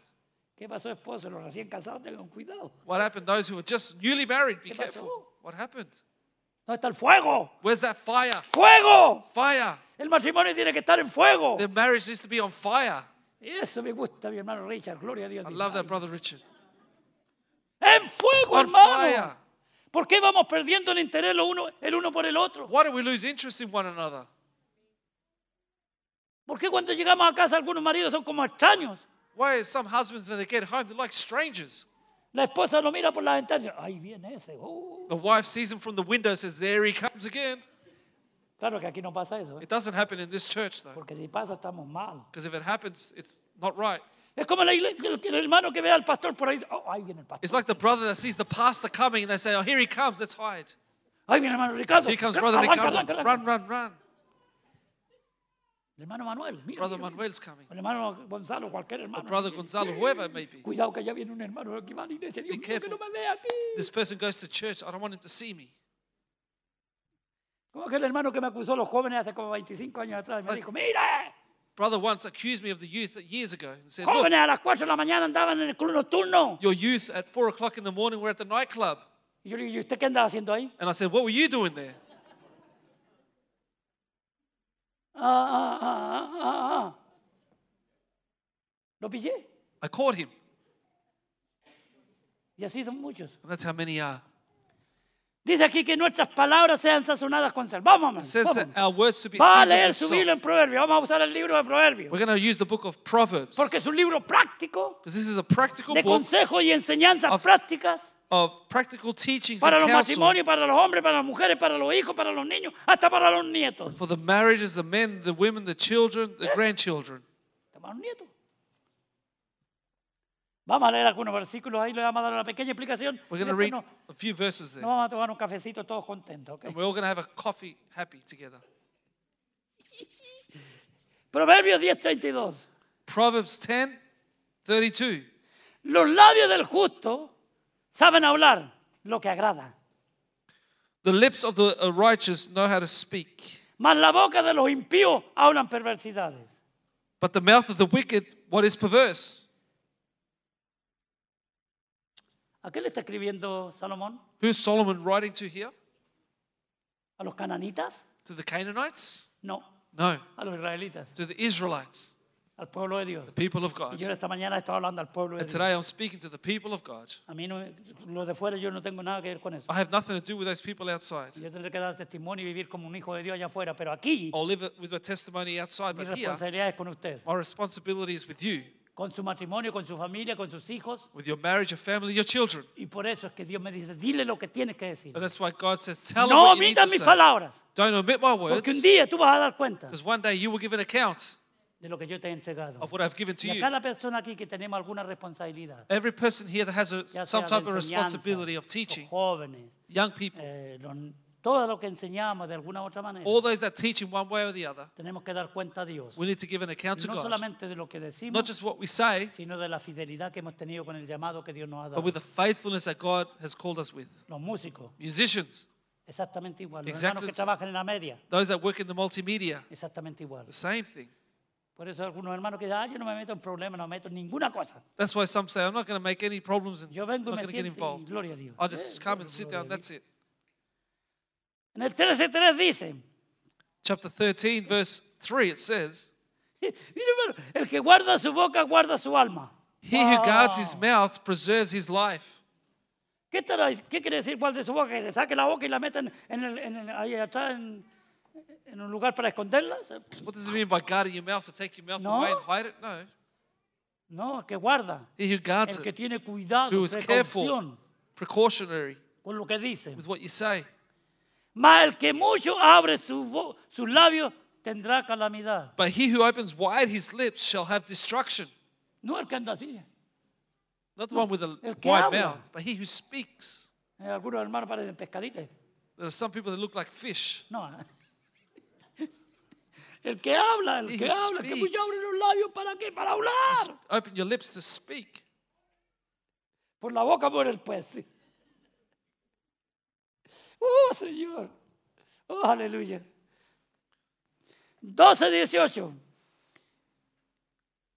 ¿Qué pasó, esposo? Los recién casados tengan cuidado.
What happened? Those who were just newly married, be
¿Qué
careful.
pasó?
What happened?
¿Dónde está el fuego?
Where's that fire?
¡Fuego!
Fire.
El matrimonio tiene que estar en fuego.
Their marriage needs to be on fire.
Eso me gusta, mi hermano Richard. Gloria a Dios.
I
Dios.
love that,
Ay,
brother Richard.
En fuego,
On
hermano.
fire.
¿Por qué vamos perdiendo el interés lo uno, el uno por el otro?
Why do we lose interest in one another?
¿Por qué cuando llegamos a casa algunos maridos son como extraños?
Why are some husbands, when they get home, they're like strangers?
La esposa lo mira por la ventana. y dice, Ahí viene ese. oh".
The wife sees him from the window, says, There he comes again.
Claro que aquí no pasa eso, ¿eh?
It doesn't happen in this church, though,
porque si pasa estamos mal.
because if it happens, it's not right.
Es como la igle- el, el hermano que ve al pastor por ahí. "Oh, ahí viene el pastor.
It's like the brother that sees the pastor coming and they say, Oh, here he comes, let's hide.
Ahí viene el hermano Ricardo.
Here comes
Arranca,
brother
arranca,
Ricardo.
arranca, arranca.
Run, run, run.
El hermano Manuel. Mira,
Brother
mira, mira.
Manuel's coming.
El hermano Gonzalo, cualquier hermano.
Brother Gonzalo, whoever it may be.
Cuidado que allá viene un hermano que va a la iglesia. Dios mío, que
careful.
no me vea a ti.
This person goes to church, I don't want him to see me.
Como aquel hermano que me acusó a los jóvenes hace como 25 años atrás. Me dijo, mira,
Brother once accused me of the youth years ago and said, Look,
jóvenes a las 4 de la mañana andaban en el club nocturno.
your youth at four o'clock in the morning were at the nightclub.
Y yo le dije, ¿y usted qué andaba haciendo ahí?
And I said, What were you doing there?
Ah, ah, ah, ah, ah, ah. Lo pillé.
I caught him.
Y así son muchos.
And that's how many are.
Dice aquí que nuestras palabras sean sazonadas con sal. Vamos, hermano,
It says that
vamos.
our words to be
Va a
seasoned
leer
with
su
salt.
Biblia en Proverbios. Vamos a usar el libro de Proverbios.
We're going to use the book of Proverbs
Porque
because
es un libro práctico
this is a practical
de
book
consejos y enseñanzas
Of-
prácticas
of practical teachings
para
and
los
counsel
matrimonios, para los hombres, para las mujeres, para los hijos, para los niños, hasta para los nietos.
for the marriages, the men, the women, the children, the grandchildren.
Hasta para los nietos. Vamos a leer algunos versículos ahí, le vamos a dar una pequeña explicación.
We're
y
going to
después
read
nos,
a few
nos
verses there.
vamos a tomar un cafecito todos contentos. ¿ok?
And we're all going to have a coffee happy together.
Proverbios 10:32.
Proverbs 10 32.
Los labios del justo saben hablar lo que agrada,
The lips of the uh, righteous know how to speak,
Mas la boca de los impíos hablan perversidades.
But the mouth of the wicked, what is perverse?
¿A qué le está escribiendo Salomón?
Who's Solomon writing to here?
¿A los cananitas?
To the Canaanites?
No,
No,
a los israelitas,
to the Israelites,
al pueblo de Dios.
the people of
Y yo
God.
esta mañana estaba hablando al pueblo de
And
Dios.
today I'm speaking to the people of God.
A mí no, lo de fuera yo no tengo nada que ver con eso.
I have nothing to do with those people outside.
Yo tendré que dar testimonio y vivir como un hijo de Dios allá afuera, pero aquí
I'll live with a testimony outside,
mi
but here,
responsabilidad es con usted,
my responsibility is with you,
con su matrimonio, con su familia, con sus hijos.
with your marriage, your family, your children.
Y por eso es que Dios me dice, dile lo que tienes que decir.
And that's why God says, tell them
No
what you need
omitas
to
mis
say.
palabras,
Don't omit my
porque un
words,
día tú vas a dar cuenta
because one day you will give an account
de lo que yo te he entregado.
of what I've given to
Y a
you.
cada persona aquí que tenemos alguna responsabilidad,
Every person here that has a,
ya sea
some
de
type of
enseñanza,
responsibility of
los
teaching,
jóvenes,
young people,
eh, los- todo lo que enseñamos de alguna u otra manera,
all those that teach in one way or the other,
tenemos que dar cuenta a Dios.
we need to give an account to
No
God.
solamente de lo que
Not
decimos,
just what we say,
sino de la fidelidad que hemos tenido con el llamado que Dios nos ha
but
dado.
with the faithfulness that God has called us with.
Los músicos,
Musicians,
exactamente igual. Los
Exactly
hermanos que
the-
trabajan en la media,
those that work in the multimedia,
exactamente igual.
the same thing.
Por eso algunos hermanos que dicen, ah, yo no me meto en problemas, no me meto en ninguna cosa.
That's why some say, I'm not going to make any problems and
Yo
not
vengo y
going
me
to get
siento y
involved.
gloria a Dios.
I'll
Eh,
just come and sit down, that's it.
En el 13.3 dice, [laughs]
Chapter 13, verse 3, it says,
mire, hermano, el que guarda su boca guarda su alma.
He who guards his mouth preserves his life.
¿Qué, estará- qué quiere decir guarde su boca? ¿Que le saque la boca y la meten en el, en el- ahí atrás en, en un lugar para esconderla?
What does it mean by guarding your mouth? To take your mouth
No.
away and hide it? No.
No, que guarda.
He who guards
El que
it,
tiene cuidado,
who is careful,
precaución
precautionary
con lo que dice.
with what you say.
Mas el que mucho abre su bo- sus labios tendrá calamidad.
But he who opens wide his lips shall have destruction.
No el que anda así.
Not the one with a
el que
wide
habla.
mouth, but he who speaks.
Eh, Algunos hermanos parecen pescaditos.
There are some people that look like fish.
No. [laughs] El que habla, el
He
que
who
habla, el que mucho
speaks.
abre los labios, ¿para qué? Para hablar.
Open your lips to speak.
Por la boca, por el pez. [laughs] Oh, Señor. Oh, aleluya. 12, 18.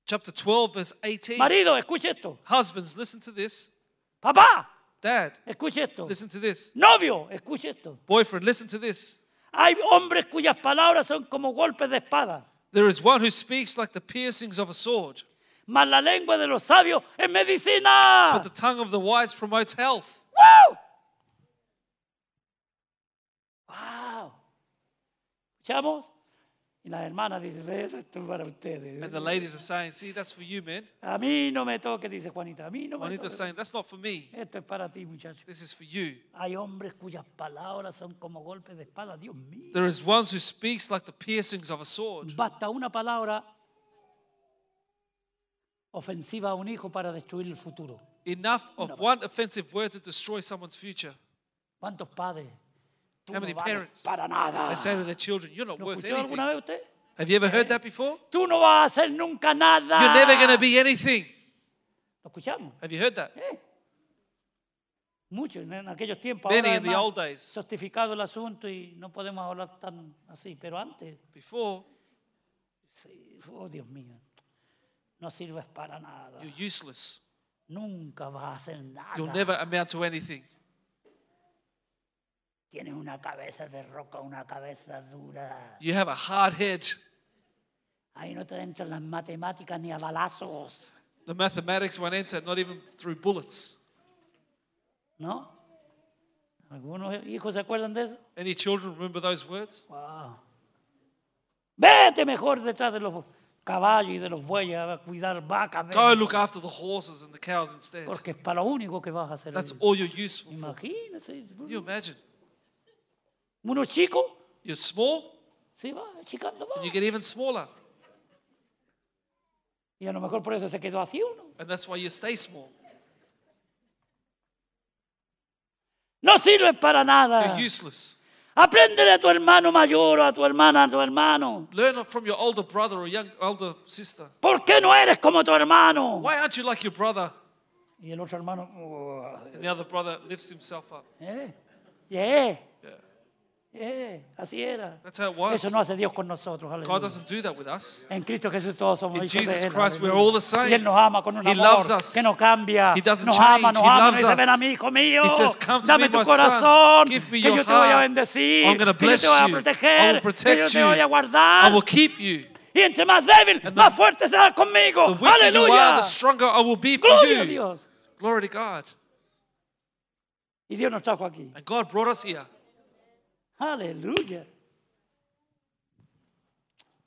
Chapter 12, verse 18.
Marido, escuche esto.
Husbands, listen to this.
Papá,
Dad,
escuche esto.
listen to this.
Novio, escuche esto.
Boyfriend, listen to this.
Hay hombres cuyas palabras son como golpes de espada,
There is one who speaks like the piercings of a sword,
mas la lengua de los sabios es medicina.
but the tongue of the wise promotes health.
¡Wow! ¡Wow! ¿Escuchamos? Y las hermanas dicen, eso es para ustedes.
And the ladies are saying, See, that's for you, man.
A mí no me toque, dice Juanita. A mí no me
Juanita's
toque.
saying, That's not for me.
Esto es para ti, muchacho.
This is for you.
Hay hombres cuyas palabras son como golpes de espada. Dios mío.
There is one who speaks like the piercings of a sword.
Basta una palabra ofensiva a un hijo para destruir el futuro.
Enough of one offensive word to destroy someone's future.
¿Cuántos padres? Tú
How
no
many
vales
parents
para nada.
They say to their children, You're not
¿Lo
worth
escuchó alguna
anything.
vez usted?
Have you ever heard that before?
Tú no vas a hacer nunca nada.
You're never going to be anything.
¿Lo escuchamos?
Have you heard that?
Mucho en- en aquellos tiempos.
Many
ahora
in the
es más
old days.
Sostificado el asunto y no podemos hablar tan así. Pero antes,
Before,
sí, oh Dios mío, no sirves para nada.
you're useless.
Nunca vas a hacer nada.
You'll never amount to anything.
Tienes una cabeza de roca, una cabeza dura.
You have a hard head.
Ahí no te entran las matemáticas ni a balazos.
The mathematics won't enter, not even through bullets.
¿No? ¿Algunos hijos se acuerdan de eso?
Any children remember those words?
Wow. Vete mejor detrás de los caballos y de los bueyes a cuidar vacas. vete,
Go look after the horses and the cows instead.
Porque es para lo único que vas a hacer.
That's
ahí.
all you're useful for.
Imagínese.
Can you imagine?
Uno chico,
You're small,
se va achicando
and
más.
you get even smaller.
Y a lo mejor por eso se quedó así uno.
And that's why you stay small.
No sirve para nada.
You're useless.
Apréndele a tu hermano mayor o a tu hermana, a tu hermano.
Learn from your older brother or young older sister.
¿Por qué no eres como tu hermano?
Why aren't you like your brother?
Y el otro hermano, "Oh,
And the other brother lifts himself up.
¿eh? Yeah.
Yeah.
Eh, así era.
That's how it
Eso
was.
no hace Dios con nosotros. aleluya.
God doesn't do that with us.
En Cristo Jesús todos somos
In
hijos de
Jesus
Él,
Christ we are
aleluya.
all the same.
Y Él nos ama con un
He
amor
loves us.
que no cambia.
He doesn't
nos
change.
ama, nos
He
ama.
loves
y dice,
us.
ven a mí, hijo mío.
He says, "Come to
Dame
me,
tu
my son.
corazón.
Give me
que
your
yo te voy a
heart.
bendecir.
I'm gonna
que yo
bless
te voy a
you. I
proteger.
will
que yo
protect
te voy a
you.
guardar.
I will keep you.
Y entre más débil,
And the-
más fuerte serás conmigo.
The weaker you are,
Aleluya.
the stronger I will be for
Gloria a
you.
Dios.
Glory to God.
Y Dios nos trajo aquí.
And God brought us here.
Aleluya.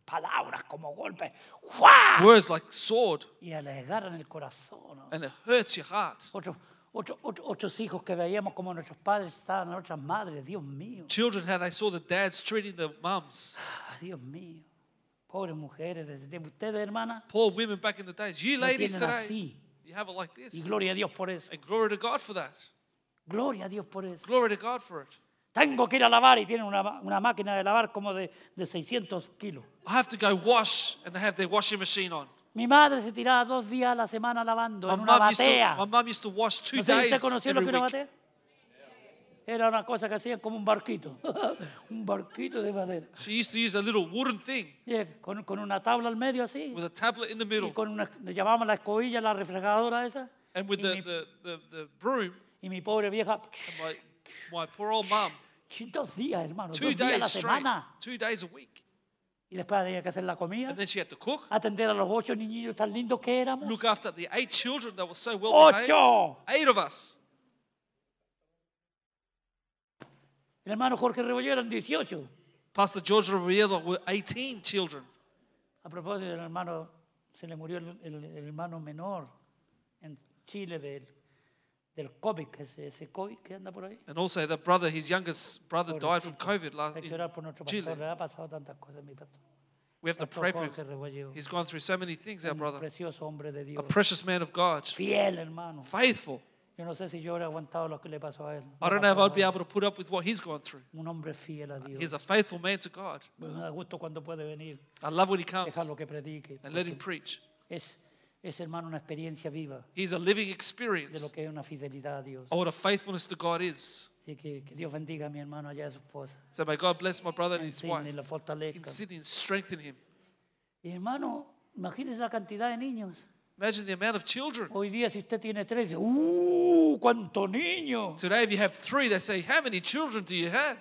Palabras como golpes. ¡Fua!
Words like sword,
Y le agarran el corazón.
and it hurts your heart.
Otros, otros, otros, otros hijos que veíamos como nuestros padres estaban a nuestras madres. Dios mío.
Children, how they saw the dads treating the mums.
Ah, Dios mío. Pobres mujeres de ese tiempo. Ustedes, hermanas,
Poor women back in the days. You
lo
ladies
tienen
today,
así.
you have it like
Y
this.
gloria a Dios por eso.
And glory to God for that.
Gloria a Dios por eso.
Glory to God for it.
Tengo que ir a lavar y tienen una, ma- una máquina de lavar como de, de 600 kilos.
I have to go wash, and they have their washing machine on.
Mi madre se tiraba dos días a la semana lavando
My
en una
mum used to,
batea.
my mum used to wash two
¿No sé si
days
¿Usted conoció lo
every
que era una
week.
batea? Era una cosa que hacían como un barquito. [laughs] un barquito de madera.
She used to use a little wooden thing
Y, eh, Con, con una tabla al medio así.
with a tablet in the
Y
middle,
con una, le llamábamos la escobilla, la refregadora esa.
and with
y,
the,
mi,
the, the, the broom,
y mi pobre vieja,
and my, my poor old mum,
dos días, hermano,
two
dos días a
days
la
straight,
semana.
two days a week.
Y después tenía que hacer la comida,
And then she had to cook,
atender a los ocho niños tan lindos que éramos.
look after the eight children that were so well behaved.
Ocho.
Eight of us.
El hermano Jorge Rebollo eran 18.
Pastor George Riviera were 18 children.
A propósito, el hermano, se le murió el, el- el hermano menor en Chile del, del COVID, que ese, ese COVID que anda por ahí.
And also that brother, his youngest brother died from COVID last
Hay que
in
orar por nuestro
Ah, Chile.
pastor, le ha pasado tantas cosas, mi pastor.
We have to
Pastor
pray for him.
Jorge Rebolledo,
He's gone through so many things, our
un
brother.
precioso hombre de
A
Dios.
precious man of God.
Fiel, hermano.
Faithful.
Yo no sé si yo hubiera aguantado lo que le pasó a él.
I don't know if I'd be able to put up with what he's gone through.
Un hombre fiel a Dios.
He's a faithful man to God.
Me da gusto cuando puede venir,
I love when he comes
dejarlo que predique.
and let him preach.
Es, es, hermano, una experiencia viva
He's a living
de lo
experience
que es una fidelidad a Dios.
of what a faithfulness to God is.
Así que, que Dios bendiga a mi hermano allá a su esposa.
So may God bless my brother and his
Enseñe
wife.
y la fortalezca.
In Sydney and strengthen him.
Y hermano, imagínese la cantidad de niños.
Imagine the amount of children.
Hoy día, si usted tiene tres, dice, ¡uh! ¡Cuánto niño!
Today, if you have three, they say, How many children do you have?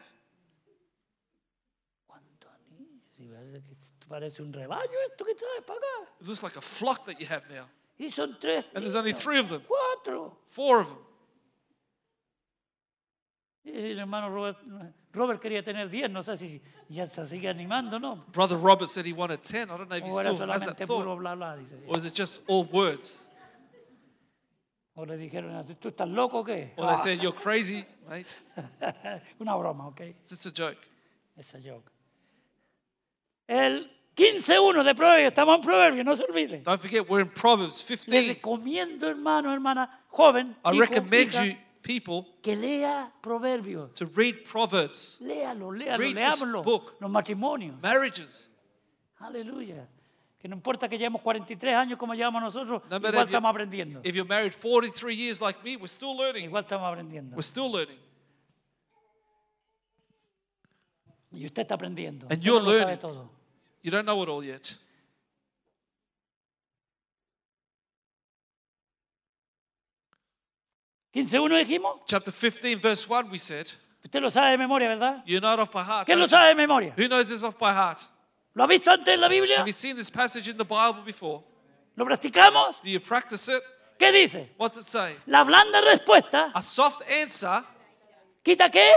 ¡Cuánto niño! Sí, parece, que- parece un rebaño esto que trae para acá.
It looks like a flock that you have now.
Y son tres.
And there's only
niños,
three of them.
¡Cuatro!
Four of them.
Y el hermano Robert, Robert quería tener diez, no sé si ya se sigue animando, ¿no?
Brother Robert said he wanted 10. I don't know if he
O era
still has that
solamente puro
thought.
bla bla, dice.
Or is it just all words?
O le dijeron así, ¿tú estás loco o qué?
Or they said, You're crazy, mate.
Una broma, ¿ok?
It's just a joke.
Esa joke. El 15.1 de Proverbios, estamos en Proverbios, no se olvide.
Don't forget, we're in Proverbs
Le
15.
recomiendo, hermano, hermana, joven,
I
hijo,
recommend
hija,
you, people,
que lea Proverbios.
to read Proverbs,
Léalo, léalo,
Read this
leámoslo.
book.
Los matrimonios.
marriages.
Aleluya. Que no importa que llevemos 43 años como llevamos nosotros,
No matter
igual
if you-
estamos aprendiendo.
If you're married 43 years like me, we're still learning.
Igual estamos aprendiendo.
We're still learning.
Y usted está aprendiendo.
And
Usted
you're
no lo sabe
learning.
todo.
You don't know it all yet.
¿15.1 dijimos?
Chapter 15, verse 1, we said,
Usted lo sabe de memoria, ¿verdad?
You know it off by heart.
¿Quién lo
don't you?
sabe de memoria?
Who knows this off by heart?
¿Lo ha visto antes en la Biblia?
Have you seen this passage in the Bible before?
¿Lo practicamos?
Do you practice it?
¿Qué dice?
What's it say?
La blanda respuesta
A soft answer
quita qué?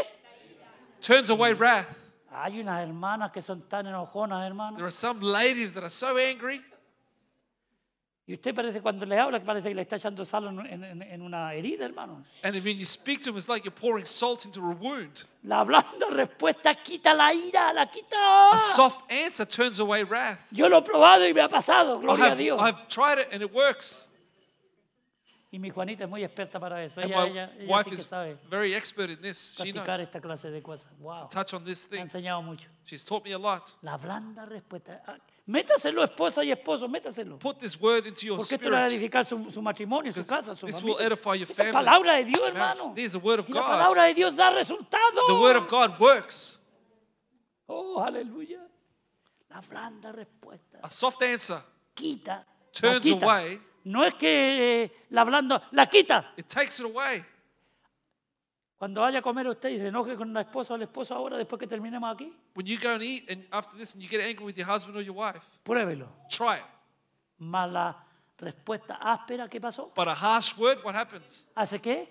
turns away wrath.
Hay unas hermanas que son tan enojonas,
There
hermano.
are some ladies that are so angry.
Y usted parece, cuando le habla, que parece que le está echando sal en, en- en- en una herida, hermano.
And when you speak to them, it's like you're pouring salt into a wound.
La blanda respuesta quita la ira, la
A
quita.
soft answer turns away wrath.
Yo lo he probado y me ha pasado,
I
gloria a
have,
Dios.
I've tried it and it works.
Y mi Juanita es muy experta para eso.
And
Ella,
my
ella, ella
wife
sí que
is
sabe
very expert in this. She
practicar
knows.
esta clase de cosas. Wow.
Touch on this
Me ha
thing.
enseñado mucho.
She's taught me a lot.
La blanda respuesta. Ah, Métaselo, esposa y esposo, métaselo.
Put this word into your
Porque esto le va a
spirit.
edificar su, su matrimonio, su
'Cause
casa, su
this
familia.
will edify your
Esta es
family,
palabra de Dios,
marriage.
hermano.
This is the word of
Y la
God.
palabra de Dios da resultado.
The word of God works.
Oh, aleluya. La blanda respuesta.
A soft answer
Quita. la
Turns
quita.
away.
No es que eh, la blanda, la quita.
it takes it away.
Cuando vaya a comer usted y se enoje con la esposa o el esposo ahora, después que terminemos aquí,
When you go and eat, and after this, and you get angry with your husband or your wife,
pruébelo.
try it.
Más la respuesta áspera que pasó,
But a harsh word, what happens?
¿hace qué?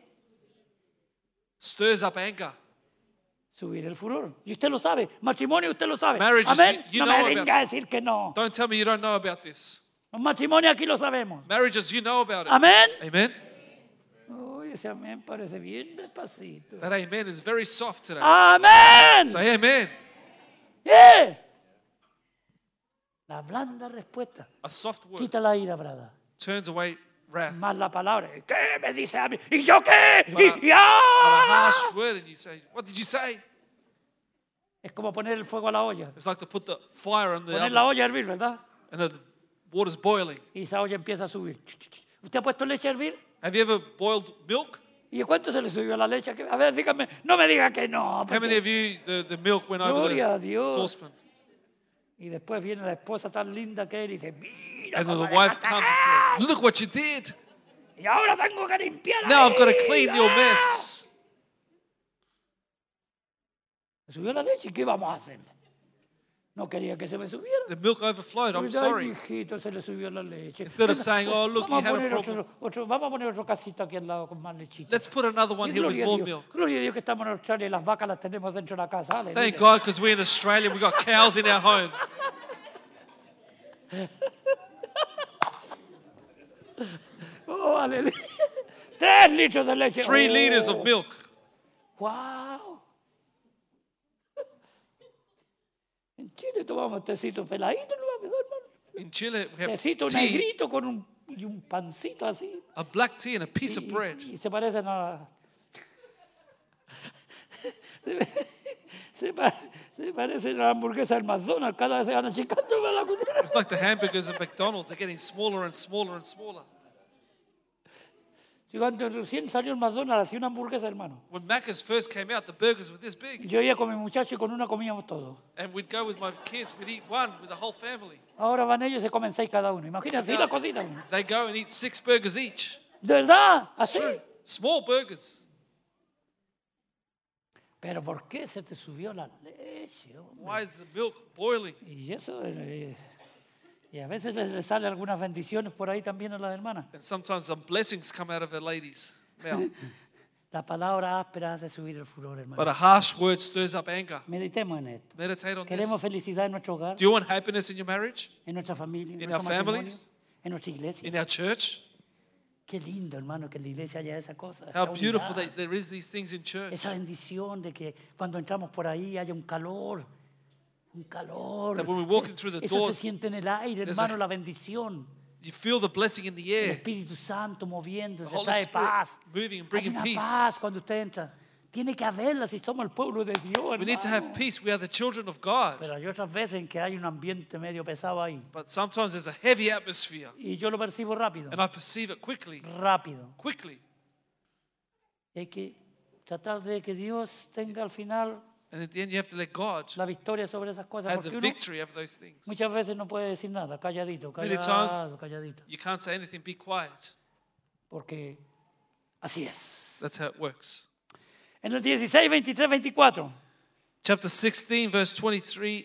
Stirs up anger.
Subir el furor. Y usted lo sabe. Matrimonio, usted lo sabe.
Marriages,
Amén.
you- you
no
know
me
about-
venga a decir que no.
Don't tell me you don't know about this.
Los matrimonios aquí lo sabemos.
Marriages, you know about it.
Amén.
Amen.
Uy, ese amén parece bien despacito.
That amen is very soft today.
Amén.
Say amen.
¡Eh! La blanda respuesta.
A soft word
Quita la ira, brada.
turns away wrath. But
Más la palabra. ¿Qué me dice a mí? ¿Y yo qué?
Para-
¿Y, y-
a
¡ah!
harsh word, and you say, What did you say?
Es como poner el fuego a la olla.
It's like to put the fire on the
Poner la
oven,
olla a hervir, ¿verdad?
and the water's boiling.
Y esa olla empieza a subir. ¿Usted ha puesto leche a hervir?
Have you ever boiled milk?
¿Y cuánto se le subió la leche? A ver, dígame. No me diga que no.
How
porque-
many of you, the, the milk went over
Gloria a
the
Dios.
saucepan?
Y después viene la esposa tan linda que él y dice, mira.
And then
cómo
the
le
wife
mata-
comes and says, Look what you did.
Y ahora tengo que limpiar.
Now I've got to
ahí,
clean your
¡ah!".
mess.
Me subió la leche, ¿y qué vamos a hacer? No quería que se me subiera.
The milk overflowed. I'm
Ay,
sorry.
mijito, se le subió la leche.
Instead of
Venga,
saying, "Oh, look,
vamos
you had a
poner
problem."
Otro, otro- vamos a poner otro casito aquí al lado con más lechita.
Let's put another one
Y
here with
gloria, a
more
Dios,
milk.
gloria a Dios que estamos en Australia y las vacas las tenemos dentro de la casa. aleluya.
Thank God, because we're in Australia, we've got cows in our home.
Oh, aleluya. [laughs] Tres litros de leche.
Three
Oh,
liters of milk.
Wow. [laughs] En Chile tomamos tecito peladito, ¿no, hermano?
In Chile, we have
Tecito
tea,
negrito con un, y un pancito así.
a black tea, and a piece of
y-
bread.
Y, se parecen a. [laughs] se, pa- se parecen a la hamburguesa del McDonald's, cada vez se van achicando más la
[laughs]
cuchara.
It's like the hamburgers at McDonald's, they're getting smaller and smaller and smaller.
Yo cuando recién salió el McDonald's, hacía una hamburguesa, hermano.
When Macca's first came out, the burgers were this big.
Yo iba con mi muchacho y con una comíamos todo.
And we'd go with my kids, we'd eat one with the whole family.
Ahora van ellos y se comen seis cada uno. Imagínate, y la cosita. uno.
They go and eat six burgers each.
¿De verdad? Así.
True. Small burgers.
Pero ¿por qué se te subió la leche? hombre?
Why is the milk boiling?
Y eso. eh, y a veces les les sale algunas bendiciones por ahí también a las hermanas.
And sometimes some blessings come out of the ladies'
[laughs]
mouth.
La palabra áspera hace subir el furor, hermano.
But a harsh word stirs up anger.
Meditemos en esto.
Meditate on this.
Queremos felicidad en nuestro hogar,
Do you want happiness in your marriage?
en nuestra familia, en
in
nuestro
our
matrimonio,
families,
en nuestra iglesia.
In our church?
Qué lindo, hermano, que en la iglesia haya esa cosa. esa
How beautiful
unidad,
that there is these things in church.
esa bendición de que cuando entramos por ahí haya un calor, un calor.
That when we're walking through the
Eso
doors,
se siente en el aire,
there's a-
hermano, la bendición.
You feel the blessing in the
El
air.
Espíritu Santo moviendo, se
Holy
trae
Spirit
paz.
moving and
Hay
bringing
una
peace.
paz cuando usted entra. Tiene que haberla si somos el pueblo de Dios,
We need to have
hermano.
peace. We are the children of God.
Pero hay otras veces en que hay un ambiente medio pesado ahí.
But sometimes there's a heavy atmosphere,
Y yo lo percibo rápido.
and I perceive it quickly.
Rápido.
Quickly.
Y hay que tratar de que Dios tenga al final
And at the end, you have to let God
la victoria sobre esas cosas.
have
Porque
the
uno
victory of those things.
muchas veces no puede decir nada, calladito,
Many times-
callado, calladito.
You can't say anything. Be quiet.
Porque así es.
That's how it works.
En el 16, 23, 24.
Chapter 16, verse 23.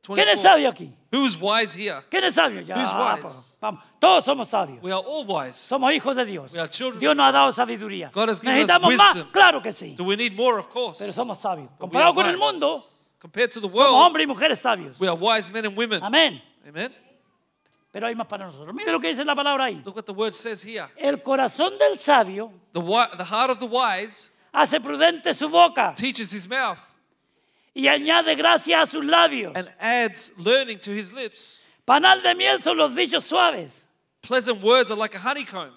¿Quién es
24.
sabio aquí?
Who is wise here?
¿Quién es sabio? Ya,
Who's wise?
pues, vamos. Todos somos sabios.
We are all wise.
Somos hijos de Dios.
We are children
Dios
of
nos ha dado sabiduría.
God has given us
¿Necesitamos más?
wisdom.
Claro que sí.
Do we need more? Of course.
Pero somos sabios.
But we are
Comparado con el
wise.
mundo,
Compared to the
somos
world,
hombres y mujeres sabios.
we are wise men and women.
Amén.
Amen.
Pero hay más para nosotros. Mire lo que dice la palabra ahí.
Look what the word says here.
El corazón del sabio
The, wi- the heart of the wise
hace prudente su boca
teaches his mouth
y añade gracia a sus labios.
and adds learning to his lips.
Panal de miel son los dichos suaves.
Pleasant words are like a honeycomb,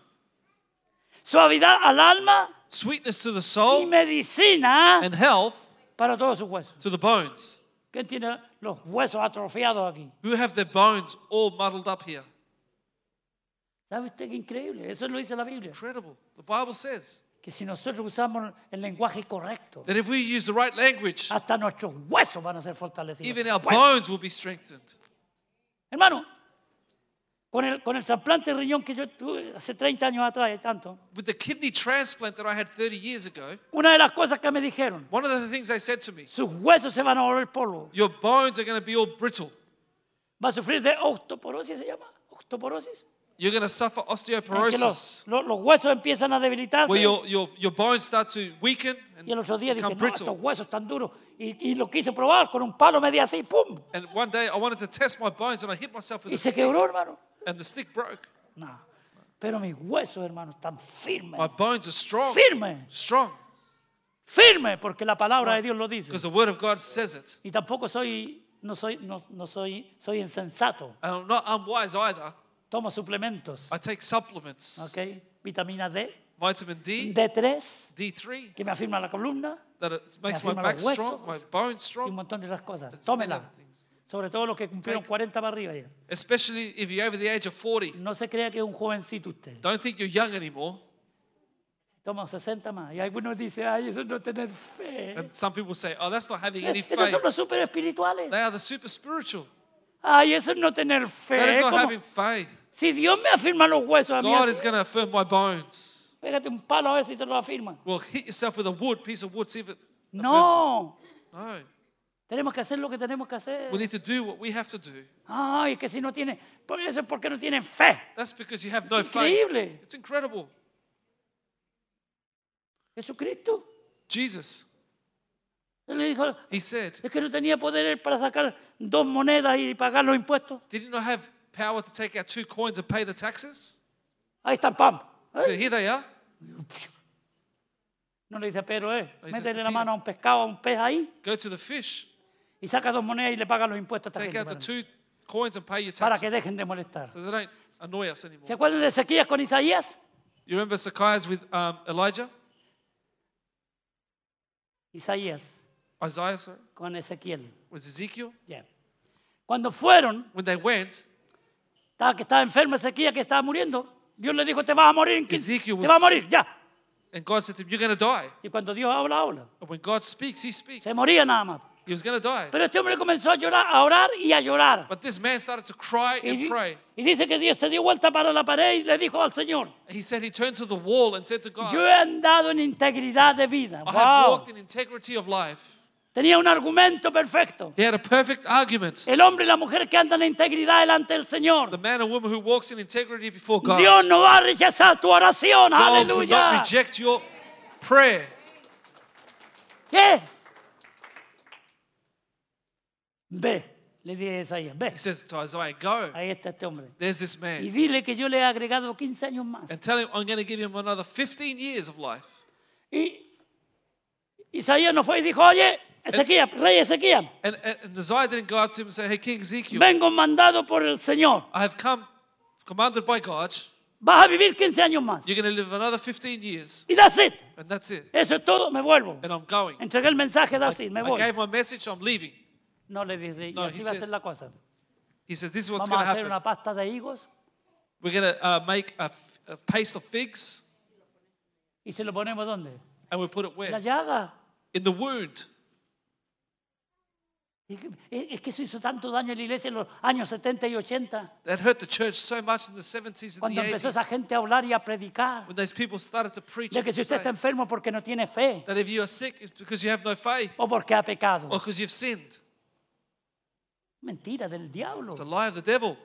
Suavidad al alma
sweetness to the
y
soul
medicina
and health
para todos sus huesos.
to the bones.
¿Quién tiene los huesos atrofiados aquí?
Who have their bones all muddled up here?
¿Sabe usted qué increíble? Eso lo dice la Biblia.
Incredible. The Bible says
que si nosotros usamos el lenguaje correcto,
That if we use the right language,
hasta nuestros huesos van a ser fortalecidos.
even our
Huesos.
bones will be strengthened.
Hermano, con el, con el trasplante de riñón que yo tuve hace 30 años atrás, y tanto,
With the kidney transplant that I had 30 years ago,
una de las cosas que me dijeron,
one of the things they said to me,
sus huesos se van a volver polvo.
your bones are going to be all brittle.
Va a sufrir de osteoporosis, ¿se llama? ¿Osteoporosis?
You're going to suffer
En que
osteoporosis,
los, lo- los huesos empiezan a debilitarse.
where your, your, your bones start to weaken and
Y el otro día dije,
become
no, estos
brittle.
huesos tan duros. Y, y lo quise probar con un palo, me di así, ¡pum!
And one day I wanted to test my bones and I hit myself with
Y
a
se
stick
quebró, hermano.
and the stick broke.
No. Pero mis huesos, hermano, están firmes.
My bones are strong,
Firmes.
strong,
Firmes, porque la palabra de Dios lo dice.
because the word of God says it.
Y tampoco soy, no soy, no, no soy, soy insensato.
And I'm not unwise either.
Tomo suplementos,
I take supplements,
¿ok? Vitamina D,
vitamin D,
D3,
D3,
que me afirma la columna
that it makes my
afirma
back
los huesos.
strong, my bones
y un
strong.
montón de otras cosas.
It's many other
Tómela.
things.
Sobre todo los que cumplieron
Take-
40 para arriba ya.
Especially if you're over the age of 40.
No se crea que es un jovencito usted.
Don't think you're young anymore.
Toma 60 más. Y algunos dicen, ay, eso es no tener fe. Eh,
And some people say, oh, that's not having any
Esos
faith.
son los super espirituales.
They are the super spiritual.
Ay, eso es no tener
That is
fe.
not
Como-
having faith.
Si Dios me afirma los huesos a mí,
God
así,
is going to affirm my bones.
pégate un palo a ver si te lo afirma.
Well, hit yourself with a wood, piece of wood, see if it affirms
No,
it. No.
tenemos que hacer lo que tenemos que
We
hacer.
need to do what we have to do.
Ay, que si no tiene, por eso es porque no tienen fe.
That's because you have no faith.
Increíble.
It's incredible.
Jesucristo
Jesus,
Él le dijo,
he said,
es que no tenía poder él para sacar dos monedas y pagar los impuestos.
did you not have power to take out two coins and pay the taxes?
Ahí están, pam. Ay,
So here they are.
No le dice a Pedro, eh,
dice
métele la
este Pedro.
mano a un pescado, a un pez ahí,
Go to the fish.
y saca dos monedas y le paga los impuestos a esta
Take
gente,
out the
hermano,
two coins and pay your
para que
taxes.
dejen de molestar.
So they don't annoy us
¿Se
anymore.
acuerdan de Ezequías con Isaías?
You remember Zacchaeus with um, Elijah?
Isaías
Isaiah, sorry.
con Ezequiel.
Was Ezekiel?
Ya. Cuando fueron,
When they went,
estaba, que estaba enfermo Ezequiel, que estaba muriendo, Dios le dijo, te vas a morir en 15,
Ezequiel
te
was-
vas a morir, ya.
and God said to him, You're going to die.
Y cuando Dios habla, habla.
And when God speaks, he speaks.
Se moría nada más.
He was going to die.
Pero este hombre comenzó a llorar, a orar y a llorar.
But this man started to cry
Y,
and
di-
pray.
y dice que Dios se dio vuelta para la pared y le dijo al Señor,
He said he turned to the wall and said to God,
yo he andado en integridad de vida.
I have
Wow.
walked in integrity of life.
Tenía un argumento perfecto.
He had a perfect argument.
El hombre y la mujer que andan en integridad delante del
The
Señor.
man and woman who walks in integrity before God,
Dios no va a rechazar tu oración.
God will not
Aleluya.
reject your prayer.
¿Qué? Ve, le dije a Isaías, ve,
He says to Isaiah, Go.
ahí está este hombre.
There's this
Y
man.
dile que yo le he agregado 15 años más.
And tell him, I'm going to give him another 15 years of life.
Y Isaías no fue y dijo, oye, Ezequiel, rey Ezequiel,
And, and, and Isaiah didn't go up to him and say, Hey, King Ezekiel,
vengo mandado por el Señor.
I have come commanded by God.
Vas a vivir 15 años más.
You're going to live another 15 years.
Y that's it.
And that's it.
Eso es todo, me vuelvo.
And I'm going.
Entregué el mensaje, that's it, me
I
voy.
gave my message, I'm leaving.
No le dice, y
No,
así
he
va a ser
says-
la cosa.
He said, This is what's
Vamos a
going to
hacer
happen.
una pasta de higos
We're going to uh, make a, f- a paste of figs
y se lo ponemos ¿dónde?
and we put it
La
where?
llaga.
In the wound.
Es que- Es que eso hizo tanto daño a la iglesia en los años 70 y 80,
That hurt the church so much in the 70s and
cuando
the
empezó esa
80s.
gente a hablar y a predicar
When those people started to preach
de
and
que si usted
say
está enfermo porque no tiene fe
that if you are sick, it's because you have no faith
o porque ha pecado.
or because you've sinned.
Mentira del diablo.
It's a lie of the devil.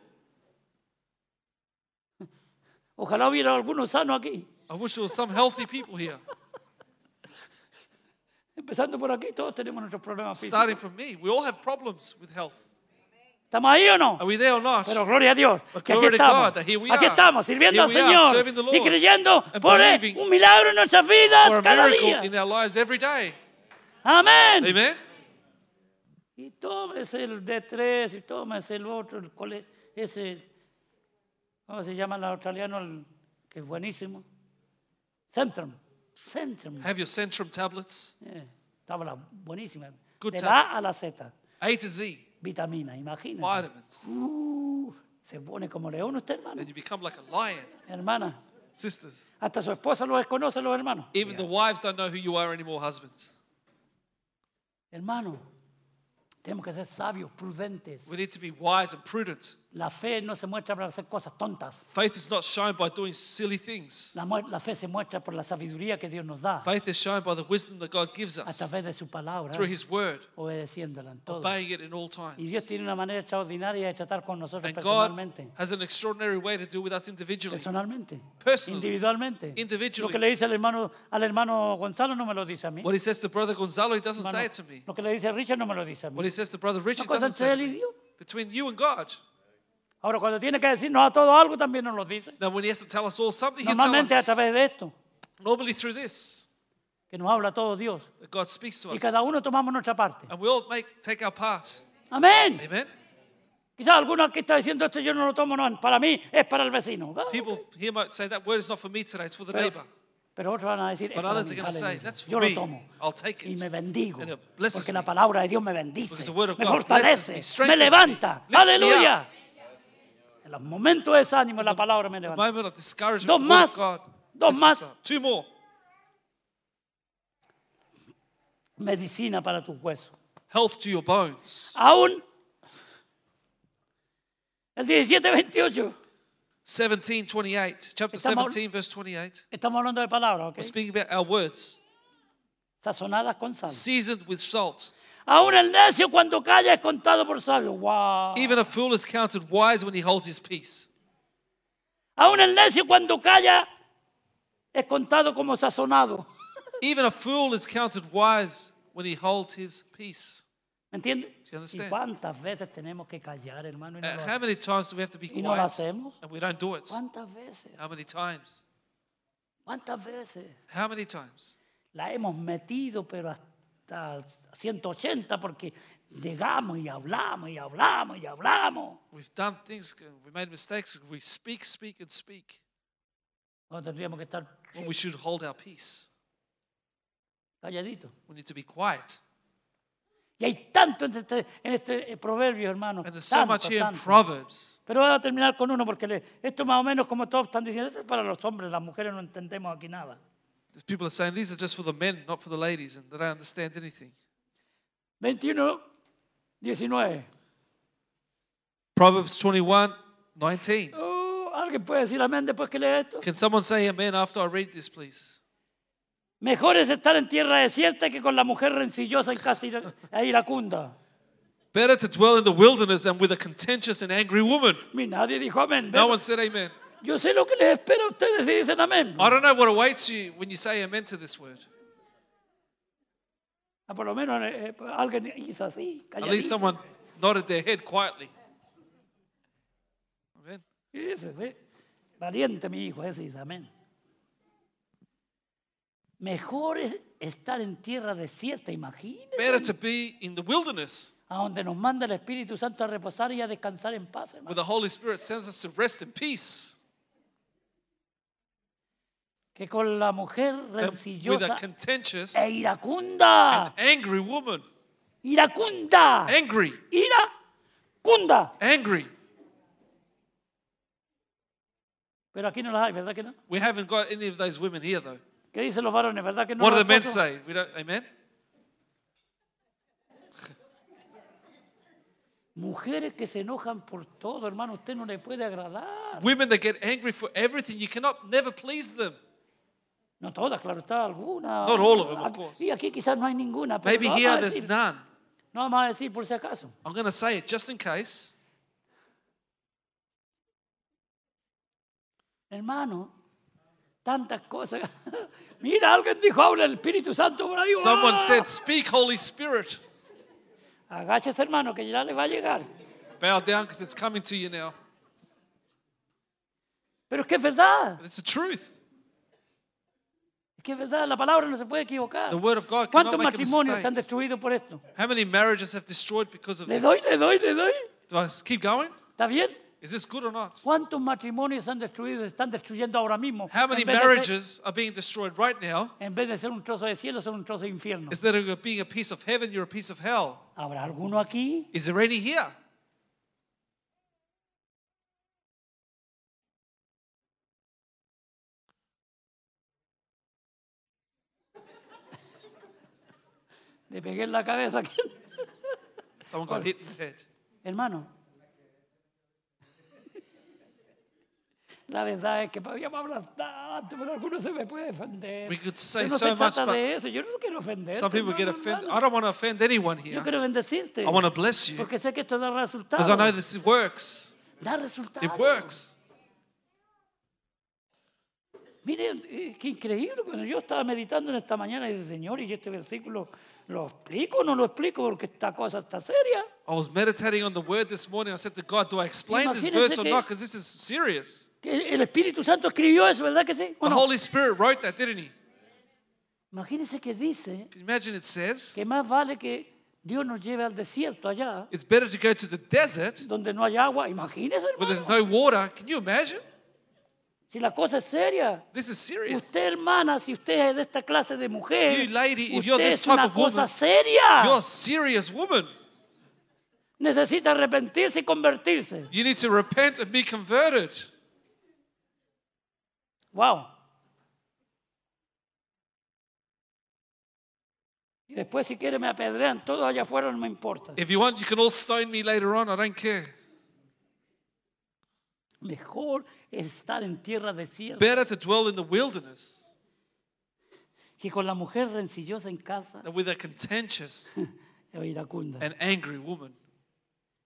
Ojalá hubiera algunos sanos aquí,
I wish there were some healthy people here.
empezando por aquí, todos tenemos nuestros problemas físicos.
Starting from me, we all have problems with health.
¿Estamos ahí o no?
Are we there or not?
Pero gloria a Dios,
But
que aquí
glory to
estamos,
God that here we
aquí
are.
estamos sirviendo
Here
al
we are,
Señor
serving the
y
Lord
creyendo
and
por Él
believing
un milagro en nuestras
Or
vidas
a
cada
miracle
día.
in our lives every day.
Amén.
Amen?
Y tómese el D3 y tómese el otro, el cole- ese, ¿cómo se llama el australiano? El, que es buenísimo. Centrum. Centrum.
Have your Centrum tablets,
Eh, tabla buenísima.
Good
De
tab-
la A a la Z.
A to Z,
Vitamina, imagínate.
vitamins.
Uh, se pone como león usted, hermano.
And you become like a lion.
Hermana,
sisters.
Hasta su esposa los desconoce, los hermanos.
Even the wives don't know who you are anymore, husbands.
Hermano, tenemos que ser sabios, prudentes.
We need to be wise and prudent.
La fe no se muestra para hacer cosas tontas.
Faith is not shown by doing silly things.
La, mu- la fe se muestra por la sabiduría que Dios nos da
Faith is shown by the wisdom that God gives
a
us
través de su palabra,
through His Word,
obedeciéndola en todo.
obeying it in all
Y Dios
times.
tiene una manera extraordinaria de tratar con nosotros
And God
personalmente.
has an extraordinary way to deal with us individually.
Personalmente.
Personally.
Individualmente.
Individually.
Lo que le dice al hermano, al hermano Gonzalo no me lo dice a mí.
What He says to Brother Gonzalo, He doesn't
Hermano,
say it to me.
Lo que le dice a Richard no me lo dice a mí.
What He says to Brother Richard
Una cosa
doesn't
entre
say
él
it to
y
me.
Dios.
Between you and God.
Ahora, cuando tiene que decirnos a todos algo, también nos lo dice.
Now, when He has to tell us all something, He tells
Normalmente a
us.
través de esto,
Normally through this,
que nos habla todo Dios.
that God speaks to
Y
us.
cada uno tomamos nuestra parte.
And we all make, take our part.
Amén.
Amen.
Quizás alguno aquí está diciendo esto, yo no lo tomo, no, para mí es para el vecino. Ah,
People here might say that word is not for me today, it's for the neighbor.
Pero otros van a decir, es
But
para
others are
mí,
going to say,
aleluya.
that's
yo
for
lo
me.
tomo.
I'll take
Y
it.
me bendigo.
And it blesses
Porque
me.
la palabra de Dios me
Because
bendice,
the word of
me
God blesses me,
fortalece, me
strengthens me,
levanta.
lifts me up.
Aleluya. En los momentos de desánimo la palabra me
A
levanta.
moment of discouragement.
Dos
the word of
más.
God
Dos
lifts us
más.
up. Two more.
Medicina para tus huesos.
Health to your bones.
Aún el 17-28,
17, 28. Chapter
Estamos-
17, verse 28.
estamos hablando de palabras, ¿ok?
We're speaking about our words,
Sazonadas con sal.
seasoned with salt.
Aún el necio cuando calla es contado por sabio. ¡Wow!
Even a fool is counted wise when he holds his peace.
Aún el necio cuando calla es contado como sazonado.
Even a fool is counted wise when he holds his peace.
¿Me entiendes?
Do you
¿Y
understand?
cuántas veces tenemos que callar, hermano? Y no
Uh,
lo
how
hacemos?
many times do we have to be
Y no lo
quiet
hacemos.
and we don't do it?
¿Cuántas veces?
How many times?
¿Cuántas veces?
How many times?
La hemos metido, pero hasta 180 porque llegamos y hablamos y hablamos y hablamos.
We've done things, we made mistakes, we speak, speak, and speak.
No tendríamos que estar
When we should hold our peace.
calladitos.
We need to be quiet.
Y hay tanto en este, en este eh, proverbio, hermano.
And there's so
tanto,
much here in
tanto.
Proverbs.
Pero voy a terminar con uno porque le- esto más o menos como todos están diciendo, esto es para los hombres, las mujeres no entendemos aquí nada.
There's People are saying these are just for the men, not for the ladies, and they don't understand anything.
21, 19.
Proverbs 21, 19.
Oh, ¿Alguien puede decir amén después que lea esto?
Can someone say amen after I read this, please?
Mejor es estar en tierra desierta que con la mujer rencillosa y casi ira- e iracunda.
Better to dwell in the wilderness than with a contentious and angry woman.
Ni nadie dijo amén.
No
¿ves?
pues- one said amen.
Yo sé lo que les espera a ustedes si dicen amén.
I don't know what awaits you when you say amen to this word.
Ah, Por lo menos eh, eh, alguien hizo así,
At
calladito.
least someone nodded their head quietly. Amen.
Y dice, ve, Valiente mi hijo, ese dice amén. Mejor es estar en tierra desierta, imagínense,
Better to be in the wilderness
a donde nos manda el Espíritu Santo a reposar y a descansar en paz, hermano.
where the Holy Spirit sends us to rest in peace
que con la mujer
than with a
rencillosa
contentious,
e iracunda.
angry woman.
Iracunda.
Angry,
Iracunda.
angry.
Pero aquí no las hay, ¿verdad que no?
We haven't got any of those women here, though.
¿Qué dicen los varones, verdad que no?
What do
los
the men
esposos?
say? We don't. Amen.
Mujeres que se enojan por todo, hermano, usted no le puede agradar.
Women that get angry for everything. You cannot never please them.
No todas, claro, está alguna.
Not all of them, of
Ah,
course.
Y aquí quizás no hay ninguna, pero
Maybe
no,
here
vamos a
there's
decir,
none.
no vamos a decir por si acaso.
I'm going to say it just in case.
Hermano, tantas cosas. [laughs] Mira, alguien dijo, habla el Espíritu Santo por ahí.
Someone
¡Ah!
said, "Speak, Holy Spirit."
Agáchese, hermano, que ya le va a llegar.
Bow down because it's coming to you now.
Pero es que es verdad.
But it's the truth.
Es que es verdad, la palabra no se puede equivocar.
The word of God cannot
¿Cuántos
make a
matrimonios se han
mistake.
destruido por esto?
How many marriages have destroyed because of
Le
this?
doy, le doy, le doy.
Do I s- keep going?
¿Está bien?
Is this good or not?
¿Cuántos matrimonios se han destruido, se están destruyendo ahora mismo?
How many
en, vez de ser-
marriages are being destroyed right now?
en vez de ser un trozo de cielo, son un trozo de infierno.
Instead of being a piece of heaven, you're a piece of hell.
¿Habrá alguno aquí?
Is there any here?
Le pegué en la cabeza. [laughs] a aquel.
Someone got hit in the head.
Hermano. La verdad es que podríamos hablar tanto, pero algunos se me puede ofender.
We could
Pero
say
no
so
se
much,
trata
but
de eso. Yo no quiero ofender.
Some people get offended. I don't want to offend anyone here.
Yo quiero bendecirte.
I want to bless you
Porque sé que esto da
because I know
resultados.
this works.
Da resultados.
It works.
Miren, eh, qué increíble. Cuando yo estaba meditando en esta mañana, y dije, Señor, y este versículo, ¿lo explico o no lo explico? Porque esta cosa está seria.
I was meditating on the word this morning. I said to God, Do I explain this
Imagínense
verse or
que-
not? Because this is serious.
Que El Espíritu Santo escribió eso, ¿verdad que sí? ¿O
The
Oh, no?
Holy Spirit wrote that, didn't He?
Imagínense que dice
Can you imagine it says,
que más vale que Dios nos lleve al desierto allá,
It's better to go to the desert
donde no hay agua. Imagínense,
where there's
hermano.
no water. Can you imagine?
Si la cosa es seria.
This is serious.
Usted, hermana, si usted es de esta clase de mujer,
You lady, if you're
usted
this
es una
type of
cosa
woman,
seria.
You're a serious woman.
Necesita arrepentirse y convertirse.
You need to repent and be converted.
Wow. Y después si quiere me apedrean todos allá afuera, no me importa.
If you want, you can all stone me later on. I don't care.
Mejor es estar en tierra desierta
Better to dwell in the wilderness
que con la mujer rencillosa en casa
than with a
[laughs]
contentious
e iracunda.
and angry woman.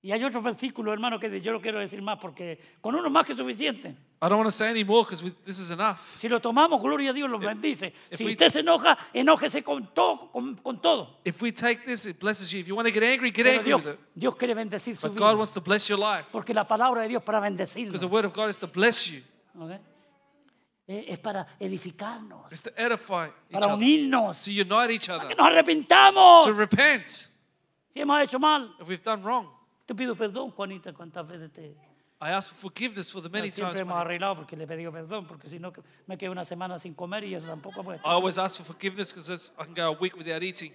Y hay otro versículo, hermano, que dice, yo no quiero decir más porque con uno más que suficiente.
I don't want to say any more because this is enough.
Si lo tomamos, gloria a Dios,
Eh,
los bendice.
if
Si
we-
usted se enoja, enójese con todo. Con, con todo.
If we take this, it blesses you. If you want to get angry, get
Pero
angry
Dios,
with it.
Dios quiere bendecir su
But God
vida.
wants to bless your life
Porque la palabra de Dios para
because the
bendecirnos.
word of God is to bless you,
¿ok? Eh, Es para edificarnos,
it's to edify each
para
other,
unirnos,
to unite each other,
que nos
to
arrepintamos
repent
si hemos hecho mal.
if we've done wrong.
Te pido perdón, Juanita, cuántas veces te...
I ask for forgiveness for the many
siempre
times. when
hemos
I
arreglado porque le he pedido perdón, porque si no que- me quedo una semana sin comer y eso tampoco puede.
I always ask for forgiveness because I can go a week without eating.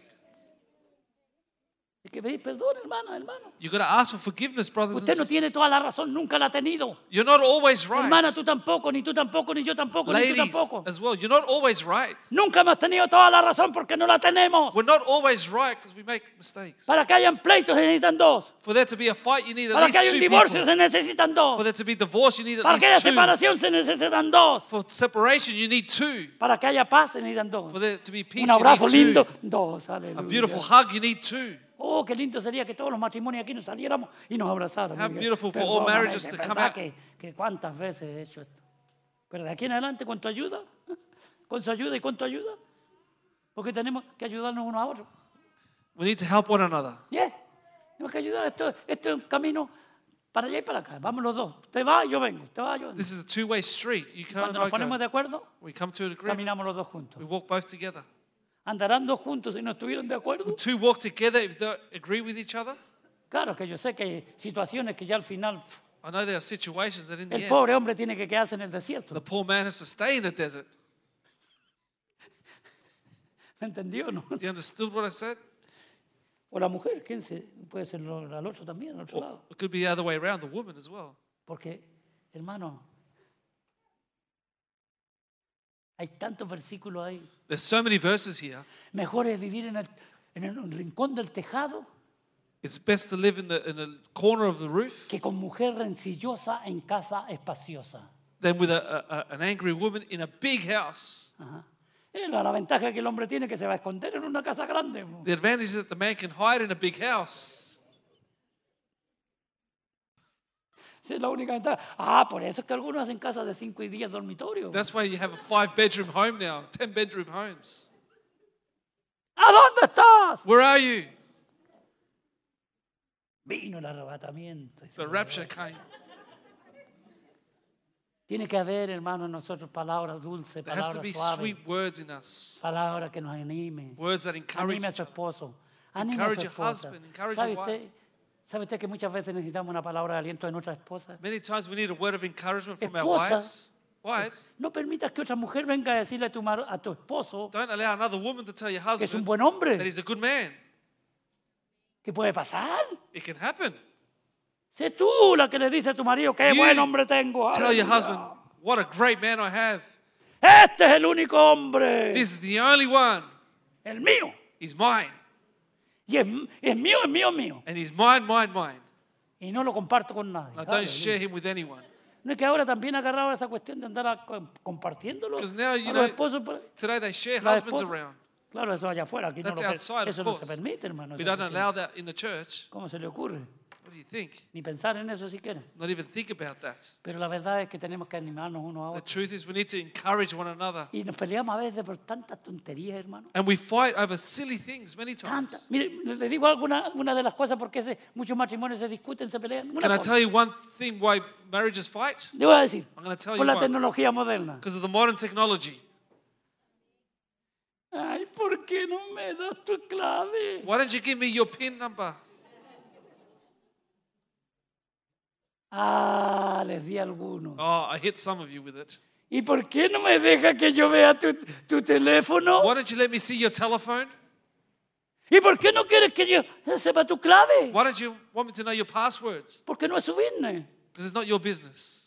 Hay que pedir perdón, hermana, hermano.
you got to ask for forgiveness, brothers and
Usted no tiene
sisters.
toda la razón, nunca la ha tenido.
You're not always
Hermana,
right.
tú tampoco, ni tú tampoco, ni yo tampoco, ni tú
Ladies,
tampoco.
as well, you're not always right.
Nunca hemos tenido toda la razón porque no la tenemos.
We're not always right because we make mistakes.
Para que hayan pleitos se necesitan dos.
For there to be a fight, you need at
Para que
least
haya
two
un divorcio
people.
se necesitan
For
dos.
there to be divorce, you need at
Para que haya
least two.
separación se necesitan dos.
For separation, you need two.
Para que haya paz se necesitan
For
dos.
there to be peace,
Un
you
abrazo
need
lindo,
two.
dos.
A beautiful
Aleluya.
hug, you need two.
Oh, qué lindo sería que todos los matrimonios aquí nos saliéramos y nos abrazáramos.
How
Diga,
beautiful for all
"Perdóname,
marriages
de
to come
verdad
out."
Que, que cuántas veces he hecho esto. Pero de aquí en adelante, con tu ayuda, [laughs] con su ayuda y con tu ayuda, porque tenemos que ayudarnos unos a otros.
We need to help one another.
Bien, tenemos que ayudar. Esto, esto es un camino para allá y para acá. Vamos los dos. Usted va y yo vengo. Usted va y yo vengo.
This is a two-way street. You come
Cuando nos ponemos
and
de
I go.
acuerdo,
We come to an agreement.
caminamos los dos
We
juntos.
walk both together.
Andarán dos juntos si no estuvieran de acuerdo.
Two walk together if they agree with each other.
Claro que yo sé que hay situaciones que ya al final pf,
I know there are situations that in the
el
end,
pobre hombre tiene que quedarse en el desierto.
the poor man has to stay in the desert.
¿Me entendió? o ¿No?
Do you understood what I said?
O la mujer, quién se, puede ser lo- al otro también, al otro
Or
lado.
it could be the other way around, the woman as well.
Porque, hermano, hay tantos versículos ahí.
There's so many verses here.
Mejor es vivir en el, en el rincón del tejado
It's best to live in the, in the corner of the roof
que con mujer rencillosa en casa espaciosa.
than with a, a, a- an angry woman in a big house.
Ajá. Eh, La, la ventaja que el hombre tiene es que se va a esconder en una casa grande. mo.
The advantage is that the man can hide in a big house.
Esa es la única ventaja. Ah, por eso es que algunos hacen casas de 5 y 10 dormitorios.
That's why you have a five bedroom home now, 10 bedroom homes.
¿A dónde estás?
Where are you?
Vino el arrebatamiento. dice
The
la
rapture came.
Tiene que haber, hermano, en nosotros palabras dulces,
There has
palabras
to be
suaves,
sweet words in us,
palabras que nos animen.
words that encourage
Anime a
each
su
other.
esposo, anime a
Encourage
su
your
esposa.
husband, encourage
¿Sabe
your
usted, ¿Sabe usted que muchas veces necesitamos una palabra de aliento de nuestra esposa?
Many times we need a word of encouragement from our
Esposa.
wives. Wives,
No permitas que otra mujer venga a decirle a tu, mar- a tu esposo
don't allow another woman to tell your
que es un
husband
buen
that
hombre,
he's a good man.
que puede pasar.
It can happen.
Sé tú la que le dice a tu marido, qué
You
buen hombre tengo.
Tell your
aleluya.
husband, what a great man I have.
Este es el único hombre,
This is the only one.
el mío.
He's mine.
Y es, m- es mío, es mío, es mío.
And he's mine, mine, mine.
Y no lo comparto con nadie.
And I don't share
Aleluya.
him with anyone.
No es que ahora también agarraba esa cuestión de andar a- com- compartiéndolo.
Because now, you
a
know,
los esposos por ahí.
Today they share
La
husbands
esposa-
around.
Claro, eso allá afuera. Aquí no
That's
lo per-
outside, of
eso no se
course.
permite, hermano.
We
esa
don't
cuestión.
allow that in the church.
¿Cómo se le ocurre?
What do you think?
Ni pensar en eso siquiera.
Not even think about that.
Pero la verdad es que tenemos que animarnos unos a
The
otros.
truth is, we need to encourage one another.
Y nos peleamos a veces por tantas tonterías, hermano.
And we fight over silly things many
Tantas.
times.
Mire, le le digo alguna una de las cosas porque muchos matrimonios se discuten, se pelean. Una
Can I
cosa.
tell you one thing why marriages fight?
Le voy a decir,
I'm going to tell you
por la
why.
tecnología moderna.
Because of the modern technology.
Ay, ¿por qué no me das tu clave?
Why don't you give me your PIN number?
Ah, les di alguno.
Oh, I hit some of you with it.
¿Y por qué no me deja que yo vea tu, tu teléfono?
Why don't you let me see your telephone?
¿Y por qué no quieres que yo sepa tu clave?
Why don't you want me to know your passwords?
¿Por qué no es subirme?
Because it's not your business.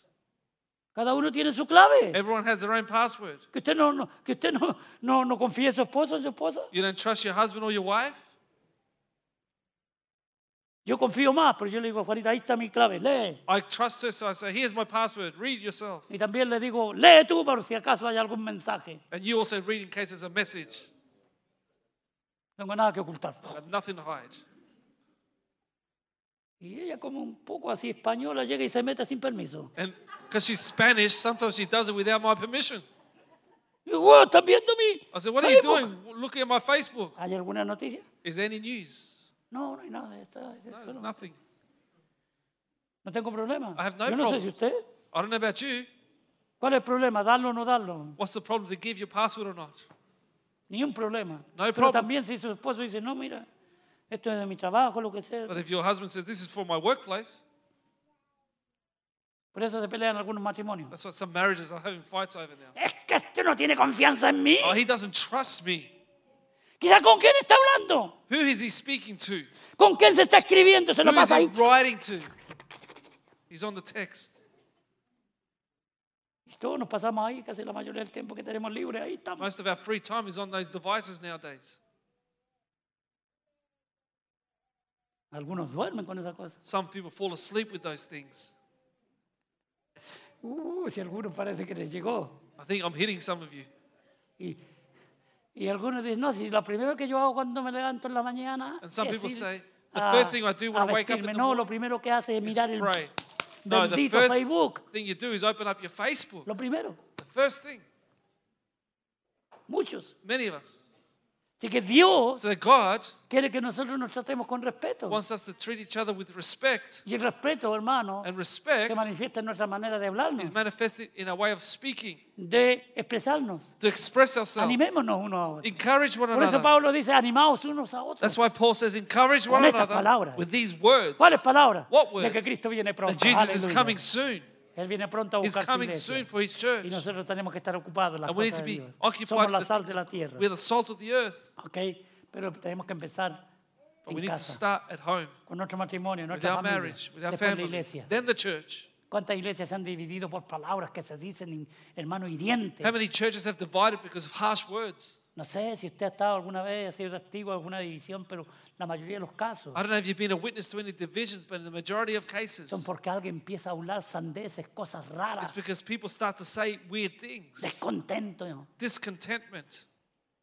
Cada uno tiene su clave.
Everyone has their own password.
Que usted no, no- que usted no, no, no confía en su esposo, en su esposa.
You don't trust your husband or your wife?
Yo confío más, pero yo le digo a Juanita, ahí está mi clave, lee.
I trust her, so I say, here's my password. Read yourself.
Y también le digo, lee tú por si acaso hay algún mensaje.
And you also read in case there's a message.
No tengo nada que ocultar.
I've nothing to hide.
Y ella como un poco así española llega y se mete sin permiso.
And because she's Spanish, sometimes she does it without my permission.
Y digo, "Wow, ¿están viendo mi
I said, what are you
Facebook?
doing? Looking at my Facebook.
¿Hay alguna noticia?
Is there any news?
No, no hay nada. está- es
No, there's
solo-
nothing.
no tengo problema.
I have no
Yo no sé si
problems.
usted.
I don't know about you.
¿Cuál es el problema? ¿Darlo o no darlo?
What's the problem to give your password or not?
Ni un problema. Pero
problem.
también si su esposo dice, no, mira, esto es de mi trabajo, lo que sea.
But if your husband says, this is for my workplace,
Por eso se pelean algunos matrimonios.
that's what some marriages are having fights over now.
Es que este no tiene confianza en mí.
Oh, he doesn't trust me.
Quizás con quién está hablando.
Who is he speaking to?
¿Con quién se está escribiendo? Se lo
Who is
pasa ahí.
he writing to? He's on the text.
Y todos nos pasamos ahí casi la mayoría del tiempo que tenemos libre. Ahí estamos.
Most of our free time is on those devices nowadays.
Algunos duermen con esas cosas.
Some people fall asleep with those things.
Uh, si algunos parece que les llegó.
I think I'm hitting some of you.
Y, y algunos dicen, no, si lo primero que yo hago cuando me levanto en la mañana
And some
es
people
ir
say, "The
a-
first thing I do when
a
I wake up in
vestirme".
the
No, lo
morning
primero que hace es
Is
mirar el
pray. No, the
bendito
first
Facebook.
thing you do is open up your Facebook.
Lo primero,
The first thing.
muchos.
Many of us.
Así que Dios
So God
quiere que nosotros nos tratemos con respeto.
wants us to treat each other with respect.
Y el respeto, hermano,
And
se
respect
manifiesta en nuestra manera de hablarnos,
is manifested in our way of speaking,
de expresarnos.
to express ourselves,
Animémonos unos a otros.
encourage one
Por eso
another.
Pablo dice, animaos unos a otros.
That's why Paul says, encourage
Con
one
estas
another
palabras.
with these words
¿Cuáles palabras?
What
De que
words?
Cristo viene
that
pronto.
Jesus is
Aleluya.
coming soon.
Él viene pronto a
He's
buscar su
coming
iglesia.
soon for his church.
Y nosotros tenemos que estar ocupados en las
And we need
cosas
to
de
be
Dios. Somos
occupied
la
with
sal de la
the things-
tierra.
we're the salt of the earth.
Ok, pero tenemos que empezar
But
en
we need to
casa,
start at home
con nuestro matrimonio,
with
nuestra
our
familia,
marriage, with our
después la
family,
iglesia.
then the church.
¿Cuántas iglesias se han dividido por palabras que se dicen, hermano, hirientes?
How many churches have divided because of harsh words?
No sé si usted ha estado alguna vez, ha sido testigo de alguna división, pero la mayoría de los casos
I don't know if you've been a witness to any divisions, but in the majority of cases,
son porque alguien empieza a hablar sandeces, cosas
it's
raras,
because people start to say weird things,
descontento,
discontentment,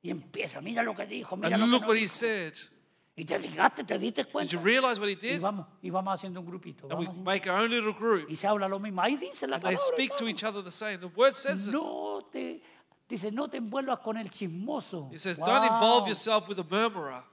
y empieza, mira lo que dijo, mira
and
lo que
look
no
what he
dijo.
said.
Y te fijaste, te diste
Did you
cuenta.
realize what he
Y
did?
vamos, y vamos haciendo un grupito.
And we
vamos haciendo-
make our own little group,
y se habla lo mismo. Ahí dice la
and they
palabra.
speak to
hermano.
each other the same. The word says it.
No te dice, no te envuelvas con el chismoso.
It says,
Wow.
"Don't involve yourself with a murmurer."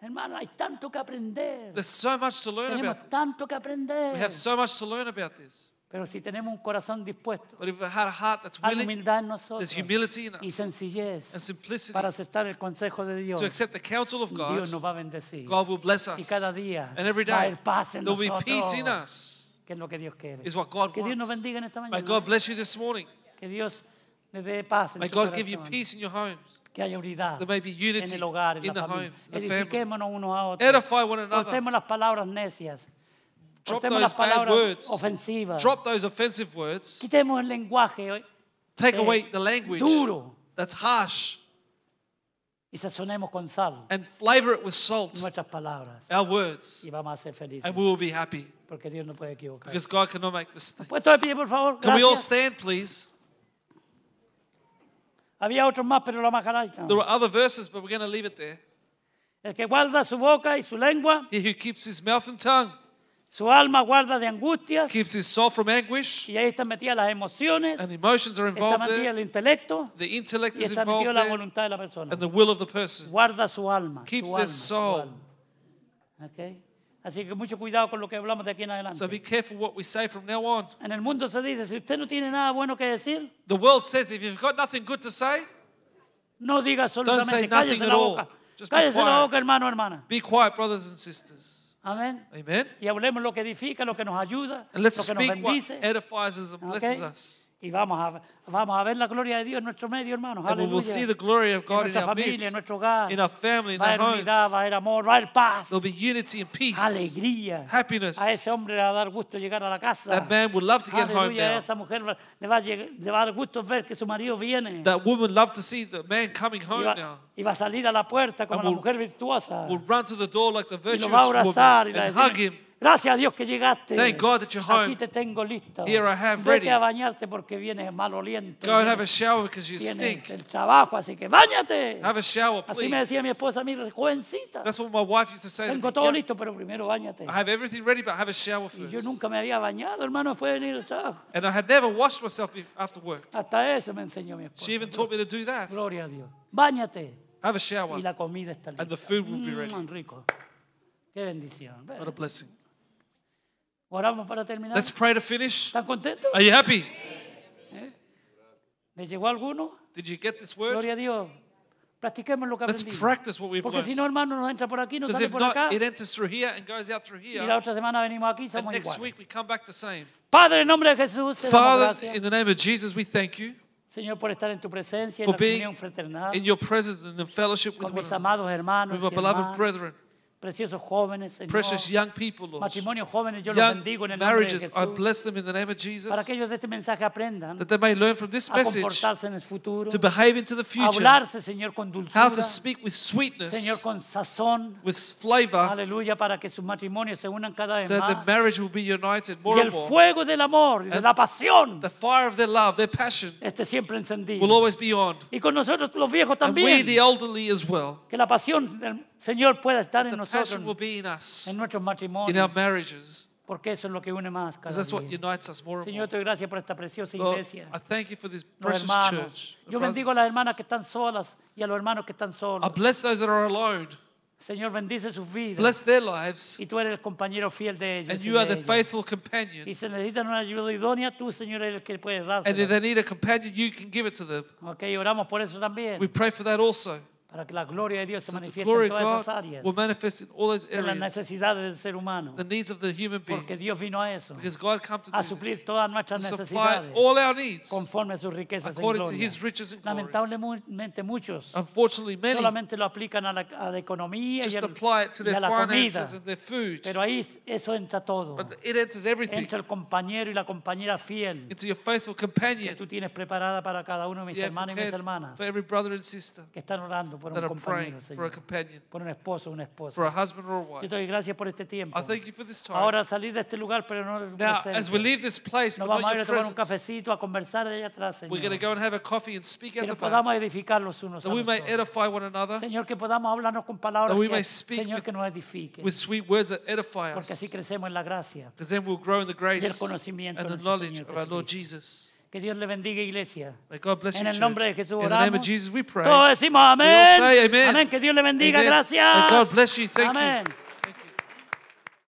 Hermano, hay tanto que aprender.
There's so much to learn
Tenemos
about. this.
tanto que aprender.
We have so much to learn about this.
Pero si tenemos un corazón dispuesto,
But if we had a heart that's
hay
willing
humildad en nosotros
There's humility in
y
us
sencillez
and simplicity
para aceptar el consejo de Dios.
to accept the counsel of God.
Dios nos va a bendecir.
God will bless
Y
us.
cada día
and every
va a
day
haber paz en
there will be peace in
nosotros.
us,
Que es lo que Dios quiere.
is what God
Que Dios nos
wants.
bendiga en esta
May God
mañana.
bless you this morning.
Que Dios le dé paz en
May
su
God give you
corazón.
peace in your homes.
que haya unidad
There may be
en
unity
el hogar, en
in
la
the
familia.
homes, in the family.
Edifiquémonos unos a otros.
Edify one another.
Cortemos las palabras necias.
Drop
Cortemos
those
las
bad
palabras
words.
ofensivas.
Drop those offensive words.
Quitemos el lenguaje
Take
eh,
away the language
duro.
that's harsh.
y sazonemos con sal
and flavor it with salt,
nuestras palabras
our words,
y vamos a ser felices
and we will be happy
porque Dios no puede equivocar.
because God cannot make mistakes.
Puesto de pie, por favor.
Can we all
Gracias.
stand, please?
Había otros más, pero la Maharajita.
There are other verses, but we're going to leave it there.
El que guarda su boca y su lengua,
He who keeps his mouth and tongue
su alma guarda de angustias.
keeps his soul from anguish,
Y ahí están metidas las emociones,
and emotions are
está
involved
metida
there.
el intelecto
The intellect
y
is
está
involved
metida la
there,
voluntad de la persona.
and the will of the person.
Guarda su alma.
Keeps
su alma,
his
su
soul.
alma. Ok. Así que mucho cuidado con lo que hablamos de aquí en adelante.
So be careful what we say from now on.
En el mundo se dice, si usted no tiene nada bueno que decir,
The world says if you've got nothing good to say,
no diga absolutamente,
nothing
cállese
at
la
all.
boca.
Just be
Cállese la
quiet.
boca, hermano, hermana.
be quiet, brothers and sisters.
Amén.
Amen.
Y hablemos lo que edifica, lo que nos ayuda,
And let's
lo que nos
speak what
bendice.
edifies us and blesses
Okay.
us.
Y vamos a, vamos a ver la gloria de Dios en nuestro medio, hermanos.
And we will see the
Aleluya.
glory of God
en
in
nuestra
our
familia, en
midst,
nuestro hogar.
in our family, in
Va a
our
haber unidad, va a
homes.
haber amor, va a haber paz,
There'll be unity and peace.
alegría.
happiness.
A ese hombre le va a dar gusto llegar a la casa.
That man would love to get home
Aleluya, a
now.
esa mujer va- le va, a lleg- le va a dar gusto ver que su marido viene.
That woman loved to see the man coming
y,
home
va,
now.
y va a salir a la puerta como
And
la
will-
mujer virtuosa.
Will run to the door like the
Y
virtuous
lo va a abrazar y
woman
le va a
and
decir,
hug him.
Gracias a Dios que llegaste.
Thank God that you're home.
Aquí te tengo listo.
Here I have
Vete
ready.
a bañarte porque vienes maloliente.
Go and have a shower because you
Tienes
stink.
el trabajo, así que bañate.
Have a shower,
Así me decía mi
please.
esposa a mí, jovencita.
That's what my wife used to say. to me.
Tengo todo
"Yeah,
listo, pero primero bañate.
I have everything ready, but have a shower
Y yo
first.
nunca me había bañado, hermano, después de venir al trabajo.
And I had never washed myself be- after work.
Hasta eso me enseñó mi esposa.
She even taught me to do that.
Gloria a Dios. Báñate
Have a
y
shower,
la comida está lista.
and the food will be ready.
Mm, rico. Qué bendición.
What a blessing.
Oramos para terminar.
Let's pray to finish.
¿Están contentos?
Are you happy?
¿Les llegó alguno?
Did you get this word?
Gloria a Dios. Practiquemos lo que
Let's
aprendimos.
practice what we've
Porque si no,
learned.
hermano, nos entra por aquí, nos
Because
sale
if
por acá.
not, it enters through here and goes out through
Y la
here.
otra semana venimos aquí y
And
somos
next
iguales.
week we come back the same.
Padre, en nombre de Jesús, te damos
Father,
gracias.
in the name of Jesus, we thank you
Señor, por estar en tu presencia, en
for
la
being
comunión fraternal,
in your presence and in fellowship
Ah.
with
con
one
mis
another,
amados hermanos,
with
y
my beloved
hermanas,
brethren,
preciosos jóvenes, Señor,
precious young people, Lord.
matrimonios jóvenes, yo los
Young
bendigo en el nombre de
marriages, I
Jesús,
bless them in the name of Jesus
para que ellos de este mensaje aprendan
that they may learn from this
a
message
comportarse en el futuro,
to behave into the
a
future,
hablarse, Señor, con
how to
dulzura,
speak with sweetness,
Señor, con sazón,
with flavor,
aleluya, para que sus matrimonios se unan cada vez
so that the
más,
marriage will be united
y
more
el
and more.
fuego del amor, y de la pasión,
The fire of their love, their passion
esté siempre encendido,
will always be on.
y con nosotros los viejos
And we,
también,
the elderly, as well.
que la pasión del Señor pueda estar en
The passion will
nosotros,
be in us,
en nuestros
in our
matrimonios,
marriages,
porque eso es lo que une más
because
cada
that's what
día.
unites us more and
Señor,
more.
te doy gracias por esta preciosa
Lord,
iglesia.
I thank you for this
los
precious
hermanos.
church. the
Yo
brothers
bendigo a
and
las
sisters.
hermanas que están solas y a los hermanos que están
I
solos.
bless those that are alone.
Señor, bendice sus vidas.
Bless their lives,
Y tú eres el compañero fiel de ellos.
and
y
you
de
are the
ellas.
faithful
Y
companion.
se necesitan una ayuda idónea, tú, Señor, eres el que puedes
And if
dársela.
they need a companion, you can give it to them.
Ok, oramos por eso
We
también,
pray for that also.
para que la gloria de Dios se
That the
manifieste
glory
en
of
todas esas
God
áreas,
will manifest in all those
en las
areas,
necesidades del ser humano,
the needs of the human
porque
being,
Dios vino a eso,
because God comes
a
to do
suplir
this,
todas
to
nuestras
supply
necesidades
all our needs
conforme a sus riquezas en
according to
gloria.
His riches and glory.
Lamentablemente muchos
Unfortunately, many
solamente lo aplican a la, a la economía y,
just
al-
apply it to
y a
their
la comida.
finances and their food.
Pero ahí s- eso entra todo.
But it enters everything
Entra el compañero y la compañera fiel
into your faithful
que
companion.
tú tienes preparada para cada uno de mis
You have
hermanos y mis
prepared
hermanas
for every brother and sister
que están orando por
that
un
are praying
compañero,
for a
Señor,
companion,
por un esposo, una esposa.
for a husband or a
Yo
wife.
te doy gracias por este tiempo.
I thank you for this time.
Ahora salir de este lugar, pero no del
Now, as we
presente.
leave this place,
Nos
but
vamos
not
a ir
your
a tomar un
presence,
cafecito, a conversar allá atrás,
we're going to
Señor.
go and have a coffee and speak
Que
at the
nos
back,
podamos edificar los unos a
that we
los
may
otros.
edify one another
Señor, que podamos hablarnos con palabras
we
que,
may speak
Señor,
with-
que nos edifiquen.
with sweet words that edify
Porque así
us,
crecemos en la gracia.
because then we'll grow in the grace
conocimiento
and
de
the
nuestro
knowledge
Señor
of our Lord
Jesucristo.
Jesus.
Que Dios le bendiga, iglesia.
May God bless
En
you,
el nombre de
church.
Jesús
In the name of
oramos.
Jesus, we pray.
Todos decimos
We all
amén.
say amen.
Amén. Que Dios le bendiga.
Amen.
Gracias.
May God bless you. Thank you.
amén.